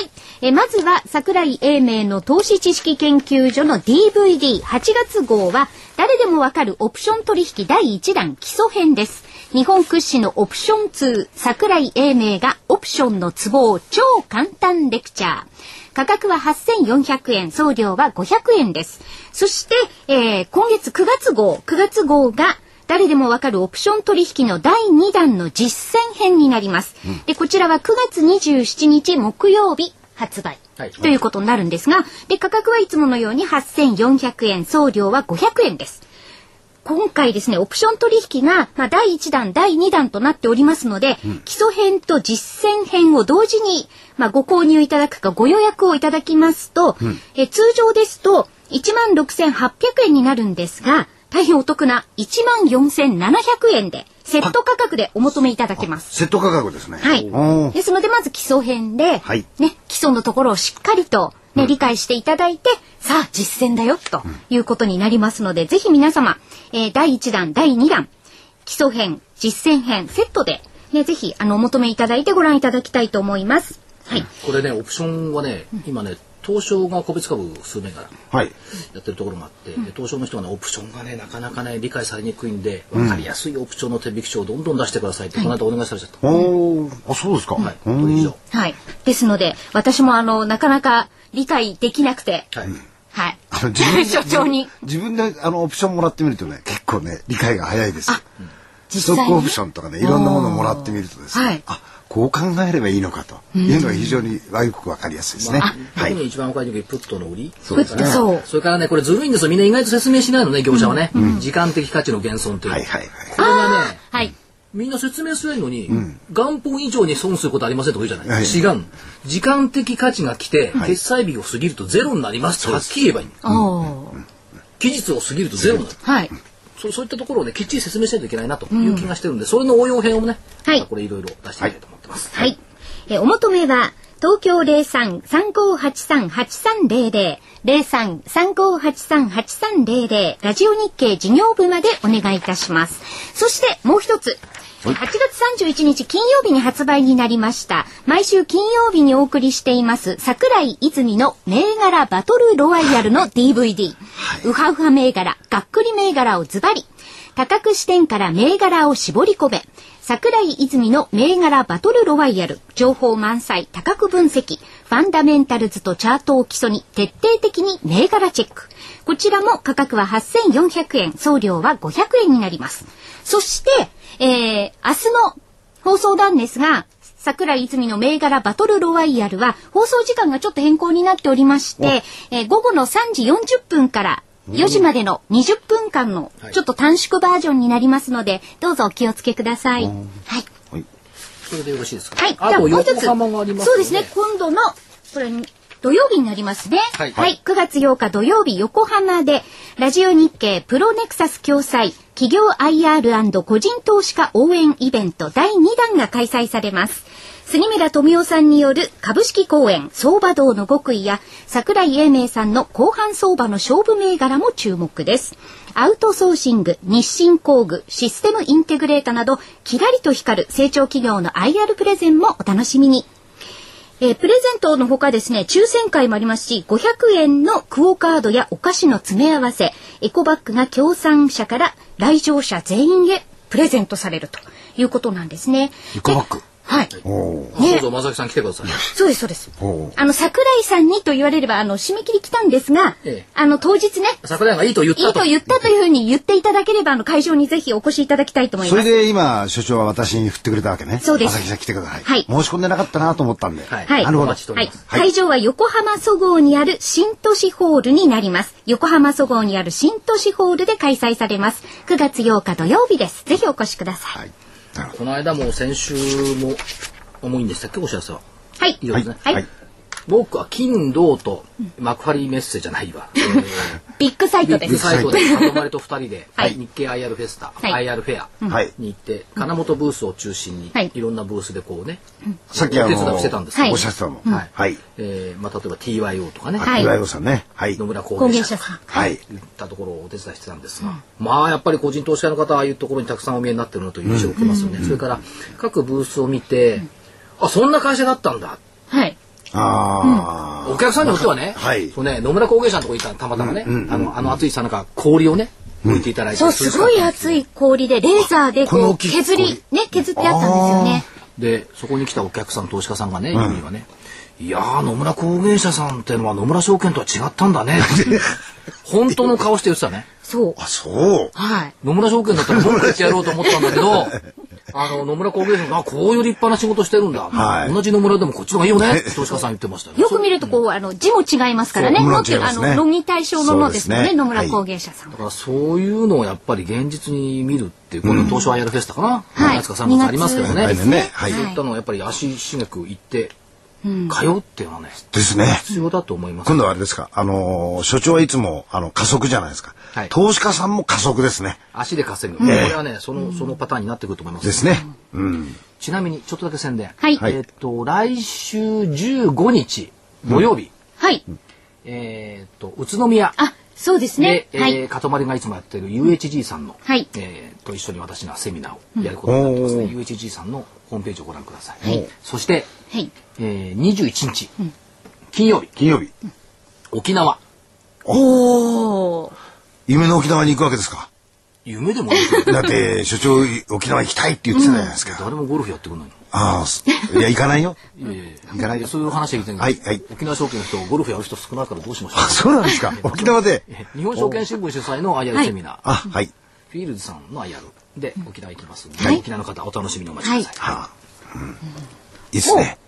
B: えーまずは、桜井英明の投資知識研究所の DVD8 月号は、誰でもわかるオプション取引第1弾基礎編です。日本屈指のオプション通、桜井英明がオプションのツボを超簡単レクチャー。価格は8400円、送料は500円です。そして、えー今月9月号、9月号が、誰でもわかるオプション取引の第2弾の実践編になります。で、こちらは9月27日木曜日発売。
A: はい
B: ということになるんですが、で、価格はいつものように8400円、送料は500円です。今回ですね、オプション取引が、まあ、第1弾、第2弾となっておりますので、基礎編と実践編を同時に、まあ、ご購入いただくか、ご予約をいただきますと、え通常ですと、16,800円になるんですが、大変お得な14,700円で、セット価格でお求めいただけます。
C: セット価格ですね。
B: はい
C: お。ー
B: ですので、まず基礎編で、
C: はい
B: ね、基礎のところをしっかりと、ね、理解していただいて、さあ、実践だよ、ということになりますので、ぜひ皆様、えー第1弾、第2弾、基礎編、実践編、セットで、ね、ぜひ、あの、お求めいただいてご覧いただきたいと思います。はい。
A: これねオプションはね今ね東証が個別株数銘柄
C: はい。
A: やってるところもあって、で東証の人がねオプションがねなかなかね理解されにくいんで分かりやすいオプションの手引き書をどんどん出してくださいってこの間お願いされちゃった、
C: おーあ、そうですか。
A: はい、
C: う
A: これ以
C: ん
A: 上
B: はい。ですので、私も、あの、なかなか理解できなくて、
A: はい、
B: はい。
C: あの自分 で
B: 所長に、
C: 自分であのオプションもらってみるとね、結構ね、理解が早いですよ。スト
B: 実際
C: ッ
B: に
C: クオプションとかね、いろんなものをもらってみるとですね、
B: はい
C: あ、こう考えればいいのかというのが非常によくわかりやすいですね。は
A: 特
C: い。
A: に一番分かりにくいプットの売り
C: そうですね
B: プットそう
A: それからねこれずるいんですよみんな意外と説明しないのね業者はね、時間的価値の減損という、
C: はいはいはい。
A: これがね
B: はい。
A: みんな説明すればいいのに、元本以上に損することありませんとか言うじゃない、
C: はい
A: 違うの時間的価値が来て、決済日を過ぎるとゼロになりますってはっきり言えばいい
B: おおー。
A: 期日を過ぎるとゼロになる
B: はい。
A: そうそういったところをねきっちり説明しないといけないなという気がしてるんで、それの応用編をね、
B: はい
A: またこれいろいろ出していきたいと思ってます、
B: はい。えーお求めは、東京03-3583-8300、03-3583-8300、ラジオ日経事業部までお願いいたします。そして、もう一つ。8月31日金曜日に発売になりました。毎週金曜日にお送りしています、桜井泉の銘柄バトルロワイヤルの DVD。ウハウハ銘柄、がっくり銘柄をズバリ。多角視点から銘柄を絞り込め。桜井泉の銘柄バトルロワイヤル。情報満載、多角分析。ファンダメンタルズとチャートを基礎に徹底的に銘柄チェック。こちらも価格は8400円、送料は500円になります。そして、えー、明日の放送なんですが、桜井泉の銘柄バトルロワイヤルは放送時間がちょっと変更になっておりまして、えー午後の3時40分から4時までの20分間のちょっと短縮バージョンになりますので、どうぞお気をつけください。はい。
A: それでよろしいですか、
B: はい。じ
A: あ
B: ゃあも
A: と
B: う一
A: 横
B: つ。
A: 浜があります
B: そうですね。今度の、これ、土曜日になりますね。
A: はい
B: 9月8日土曜日、横浜で、ラジオ日経プロネクサス共催、企業 IR& 個人投資家応援イベント第2弾が開催されます。杉村富夫さんによる株式講演相場道の極意や桜井英明さんの後半相場の勝負銘柄も注目です。アウトソーシング、日清工具、システムインテグレータなど、キラリと光る成長企業の IR プレゼンもお楽しみに。えープレゼントのほかですね、抽選会もありますし、500円のクオカードやお菓子の詰め合わせ、エコバッグが協賛者から来場者全員へプレゼントされるということなんですね。
C: エコバッグ
B: ではい。
C: おー
A: あどうぞ正木さん来てください
B: そうです、そうです
C: ほう。
B: あの、桜井さんにと言われれば、あの、締め切り来たんですが、
A: ええ
B: あの、当日ね、
A: 桜井がいいと言った
B: いいと言ったというふうに言っていただければ、あの、会場にぜひお越しいただきたいと思い
C: そ
B: ま
C: れ
B: す。
C: で今、所長は私に振ってくれたわけね。
B: そうです
C: 朝日さん来てください。
B: はい
C: 申し込んでなかったなと思ったんで。
A: はい
B: はい
C: なるほ
A: お
C: ど。
A: 待ちしております
B: はい、会場は横浜そごうにある新都市ホールになります。横浜そごうにある新都市ホールで開催されます。9月8日土曜日です。ぜひお越しください。
C: はい。なるほど。
A: この間も先週も重いんでしたっけお知らせは
B: はい。
A: 以上ですね
B: はい。
C: はい
A: 僕は金銅と幕張メッセじゃない わ、えー
B: ビッグサイト
A: ビ
B: で
A: ッグ
B: す。
A: サイトで里丸と二人で、
B: はい
A: 日経 IR フェスタ、
B: はい
A: IR フェア
C: はい
A: に行って、金本ブースを中心に、
B: はい
A: い、ろんなブースでこうね、
C: さっきあ
A: お手伝い
C: の、
A: してたんですけど
B: はい
C: おっしゃってたの。
A: はい
C: はい。
A: えーまあ、例えば TYO とかね、
B: はい
C: 岩井さんね。はい。
A: 野村
B: 工
A: 工
B: 芸
A: 芸
B: 者
A: 者
B: さん。
C: はい。
A: といったところをお手伝いしてたんですが、まあやっぱり個人投資家の方はああいうところにたくさんお見えになってるなという印象を受けますよね、それから各ブースを見て、あそんな会社だったんだ
B: はい。
C: あ
A: お客さんによってはね、
C: はい
A: そうね野村工芸者のところにいたのたまたまね、あのあの暑いさなか氷をね置いていただいて、
B: そう、すごい熱い氷で、レーザーで
C: こ
B: こ
C: の
B: う
C: 大きい
B: 削り、ね、削ってあったんですよね。
A: でそこに来たお客さん投資家さんがねユミはね、いやー野村工芸者さんってのは野村証券とは違ったんだ ね」本当の顔して言ってたね
B: そう
C: あ。。あ、そう。
B: はい。
A: 野村証券だったらもっとやってやろうと思ったんだけどあの野村工芸者があこういう立派な仕事してるんだ、
C: はい
A: 同じ野村でもこっちの方がいいよね投資家さん言ってましたね
B: よく見ると、こう、あの、字も違いますからね。
C: そう
B: もっ
C: 字
B: と、
C: も違いま
B: あ
C: すね
B: の、論議対象のものですもん
C: そうです
B: ね、
C: ね
B: 野村
C: はい
B: 工芸者さん
A: だ。からそういうのをやっぱり現実に見るっていうこの東証 IR フェスタかな、
B: はい
A: 2月か3月ありますけどね、
C: 来年ね。はい。
B: は
A: そういったのをやっぱり足しげく行って通うっていうのはね
C: ですね。
A: 必要だと思います
C: 今度はあれですか、あのー所長はいつも、あの、加速じゃないですか。
A: はい
C: 投資家さんも加速ですね。
A: 足で稼ぐ、これはねそのそのパターンになってくると思います
C: ですね。うん。
A: ちなみにちょっとだけ宣伝、
B: はい
C: はい
A: えっと来週15日土曜日、
B: はい。
A: えっと宇都宮
B: あ、そうですね
A: で、。え
B: は
A: ー
B: い。
A: かとまりがいつもやってる UHG さんの、
B: はい
A: えーと一緒に私がセミナーをやることになってますね、UHG さんのホームページをご覧ください、そして、
B: はい。
A: えー、21日、金曜日
C: 金曜日、
A: 沖縄
B: おー。
C: 夢の沖縄に行くわけですか。
A: 夢でもないけど
C: だって、所長、沖縄行きたいって言ってたじゃないですか。
A: 誰もゴルフやってくんない
C: ああ、すいや、行かない よ。
A: のいやいやいや
C: 行かないよ
A: そういう話は言ってん
C: は
A: け
C: い
A: ど、
C: はい
A: 沖縄証券の人ゴルフやる人少ないからどうしましょ
C: あ、
A: う
C: そうなんですか。沖縄で。
A: 日本証券新聞主催の IR セミナー、
C: あ、はい。
A: フィールズさんの IR で沖縄行きますんで、
B: はい
A: 沖縄の方お楽しみにお待ちください、
C: はあ。うんいいっすね。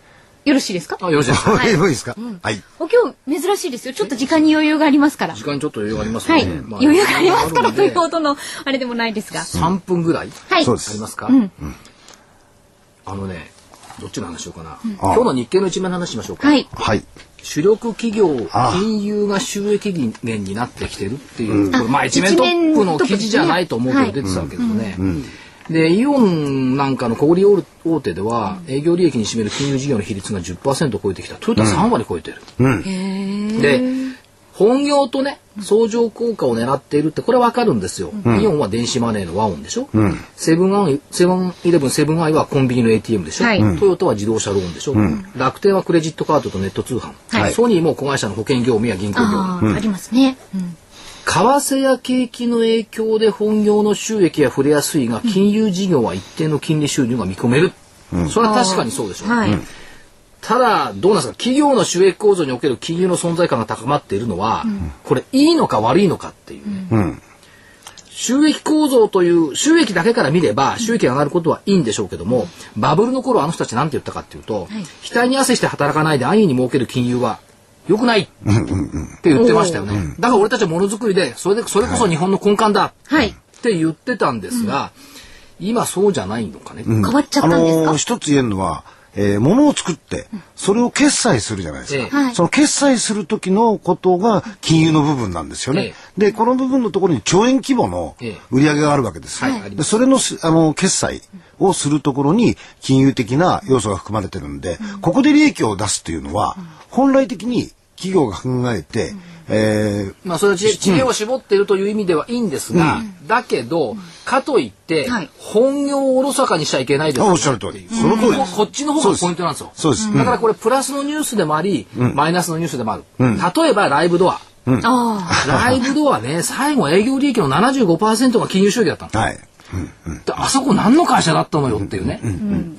B: よろしいですか
A: あよろしいですか
C: はい、いいですか。はい。
B: お今日珍しいですよ。ちょっと時間に余裕がありますから。
A: 時間にちょっと余裕がありますの
B: は
A: で、
B: い。
A: まあ
B: 余裕がありますからという
A: あるの
B: ほ
A: で
B: どの、あれでもないですが。
A: 3分ぐらい
B: はい。
C: そうで。
A: ありますすか、あのねどっちの話しようかな、今
C: あ
A: 日の日経の一面の話しましょうか、
B: はい。
C: はい。
A: 主力企業
C: ああ
A: 金融が収益源になってきてるっていう、これまあ
B: あ
A: 一面トップの記事じゃないと思うけど
B: 一面ト
A: 出てたけどね、でイオンなんかの小売り大手では営業利益に占める金融事業の比率が10%超えてきたトヨタ3割超えてる、で本業とね相乗効果を狙っているってこれわかるんですよ、イオンは電子マネーのワオンでしょ、セブンアイセブンイレブンセブンアイはコンビニの ATM でしょ、
B: はいうん
A: トヨタは自動車ローンでしょ、楽天はクレジットカードとネット通販、
B: はい
A: ソニーも子会社の保険業務や銀行業
B: あ
A: 務
B: あ、ありますね。うん
A: 為替や景気の影響で本業の収益は触れやすいが金融事業は一定の金利収入が見込める、それは確かにそうでしょう、
B: はい。
A: ただどうなんですか企業の収益構造における金融の存在感が高まっているのは、これいいのか悪いのかっていうね、
C: うん。
A: 収益構造という収益だけから見れば収益が上がることはいいんでしょうけども、バブルの頃あの人たちなんて言ったかっていうと、額に汗して働かないで安易に儲ける金融は良くないって言ってましたよね、だから俺たちはものづくりでそれでそれこそ日本の根幹だ
B: はい。
A: って言ってたんですが、今そうじゃないのかね、
B: 変わっちゃっ
C: あ
B: たんです
C: のー
B: か
C: 一つ言えるのは、えー、物を作って、それを決済するじゃないですか。
A: ええ
B: はい
C: その決済する時のことが金融の部分なんですよね。
A: え
C: で、この部分のところに兆円規模の
A: ええ
C: 売り上げがあるわけですよ。
A: はいあり
C: で
A: ます
C: それのすあの決済をするところに金融的な要素が含まれてるんで、ここで利益を出すというのは、本来的に企業が考えて、えー
A: まあ、それは知知恵を絞っているという意味ではいいんですが、だけど、かといって、
B: はい
A: 本業をおろそかにしちゃいけないです
C: あ
A: よ
C: おっしゃる通り。その通りで
A: こ
C: す。
A: こっちの方がポイントなんですよ。
C: そうです。
A: だからこれプラスのニュースでもあり、マイナスのニュースでもある。例えばライブド ア。
B: あ
A: ライブドアね、最後営業利益の75%が金融収益だったの。
C: はい。
A: であそこ何の会社だったのよっていうね。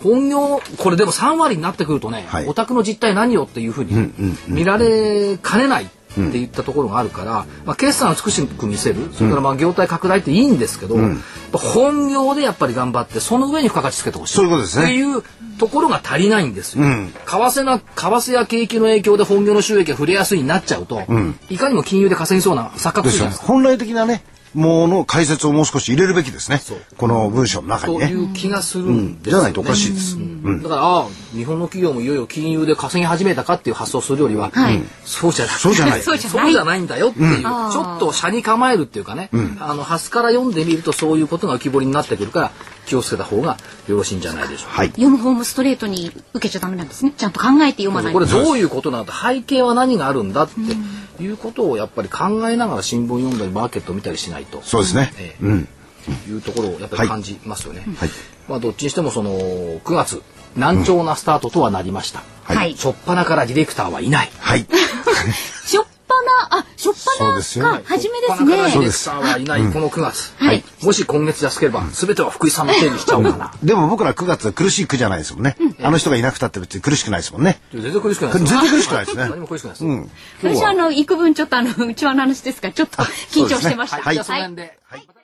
A: 本業、これでも3割になってくるとね
C: はい、
A: お宅の実態何よっていうふうに見られかねないっていったところがあるから、まあ、決算を美しく見せる、それからまあ業態拡大っていいんですけど、やっぱ本業でやっぱり頑張って、その上に付加価値つけてほしい。
C: そういうことですね
A: っていうところが足りないんですよ。
C: うん
A: 為替な為替や景気の影響で本業の収益が触れやすいになっちゃうと、いかにも金融で稼ぎそうな錯覚
C: で
A: る
C: すす
A: じゃ
C: よ
A: ない
C: ね
A: ですか。
C: 本来的なね、もの解説をもう少し入れるべきですね。この文章の中に
A: と
C: ね。
A: いう気がするんです
C: じゃないとおかしいです。
A: うんだからああ日本の企業もいよいよ金融で稼ぎ始めたかっていう発想をするよりは、
B: はい
A: そうじゃない
C: そうじゃな い
A: そうじゃないんだよっていう、ちょっと車に構えるっていうかね、あの端から読んでみるとそういうことが浮き彫りになってくるから気をつけた方がよろしいんじゃないでしょうか。
C: はい。
B: 読む方もストレートに受けちゃダメなんですね。ちゃんと考えて読まない
A: これ
B: と。
A: どういうことなのか背景は何があるんだっていうことをやっぱり考えながら新聞読んだりマーケット見たりしないと
C: そうですね。
A: ええ
C: うん。
A: いうところをやっぱり感じますよね。
C: はい。
A: まあどっちにしてもその9月難聴なスタートとはなりました。
B: はい。し
A: 初っ端からディレクターはいない。
C: はい。
B: ょっぱな、あ、しょっ
C: そうです
B: ぱな
C: よ
B: が初めで
A: 初
B: す
A: っ端からディ
B: ね。
A: レクターはいないこの9月。
B: はい
A: もし今月安ければ全ては福井さんの手にしちゃおうかな。
C: でも僕ら9月は苦しい苦じゃないですもんね。あの人がいなくたって別に苦しくないですもんね。
A: 全然苦しくないです
C: 全
A: よ。
C: 然苦しくないですね。
A: 何も苦しくないです。
C: うん。今日
B: 私
C: は
B: はあの、幾分ちょっとあの、うちわの話ですが、ちょっと緊張してました。
C: そうですねはい
A: じゃあその辺で。はい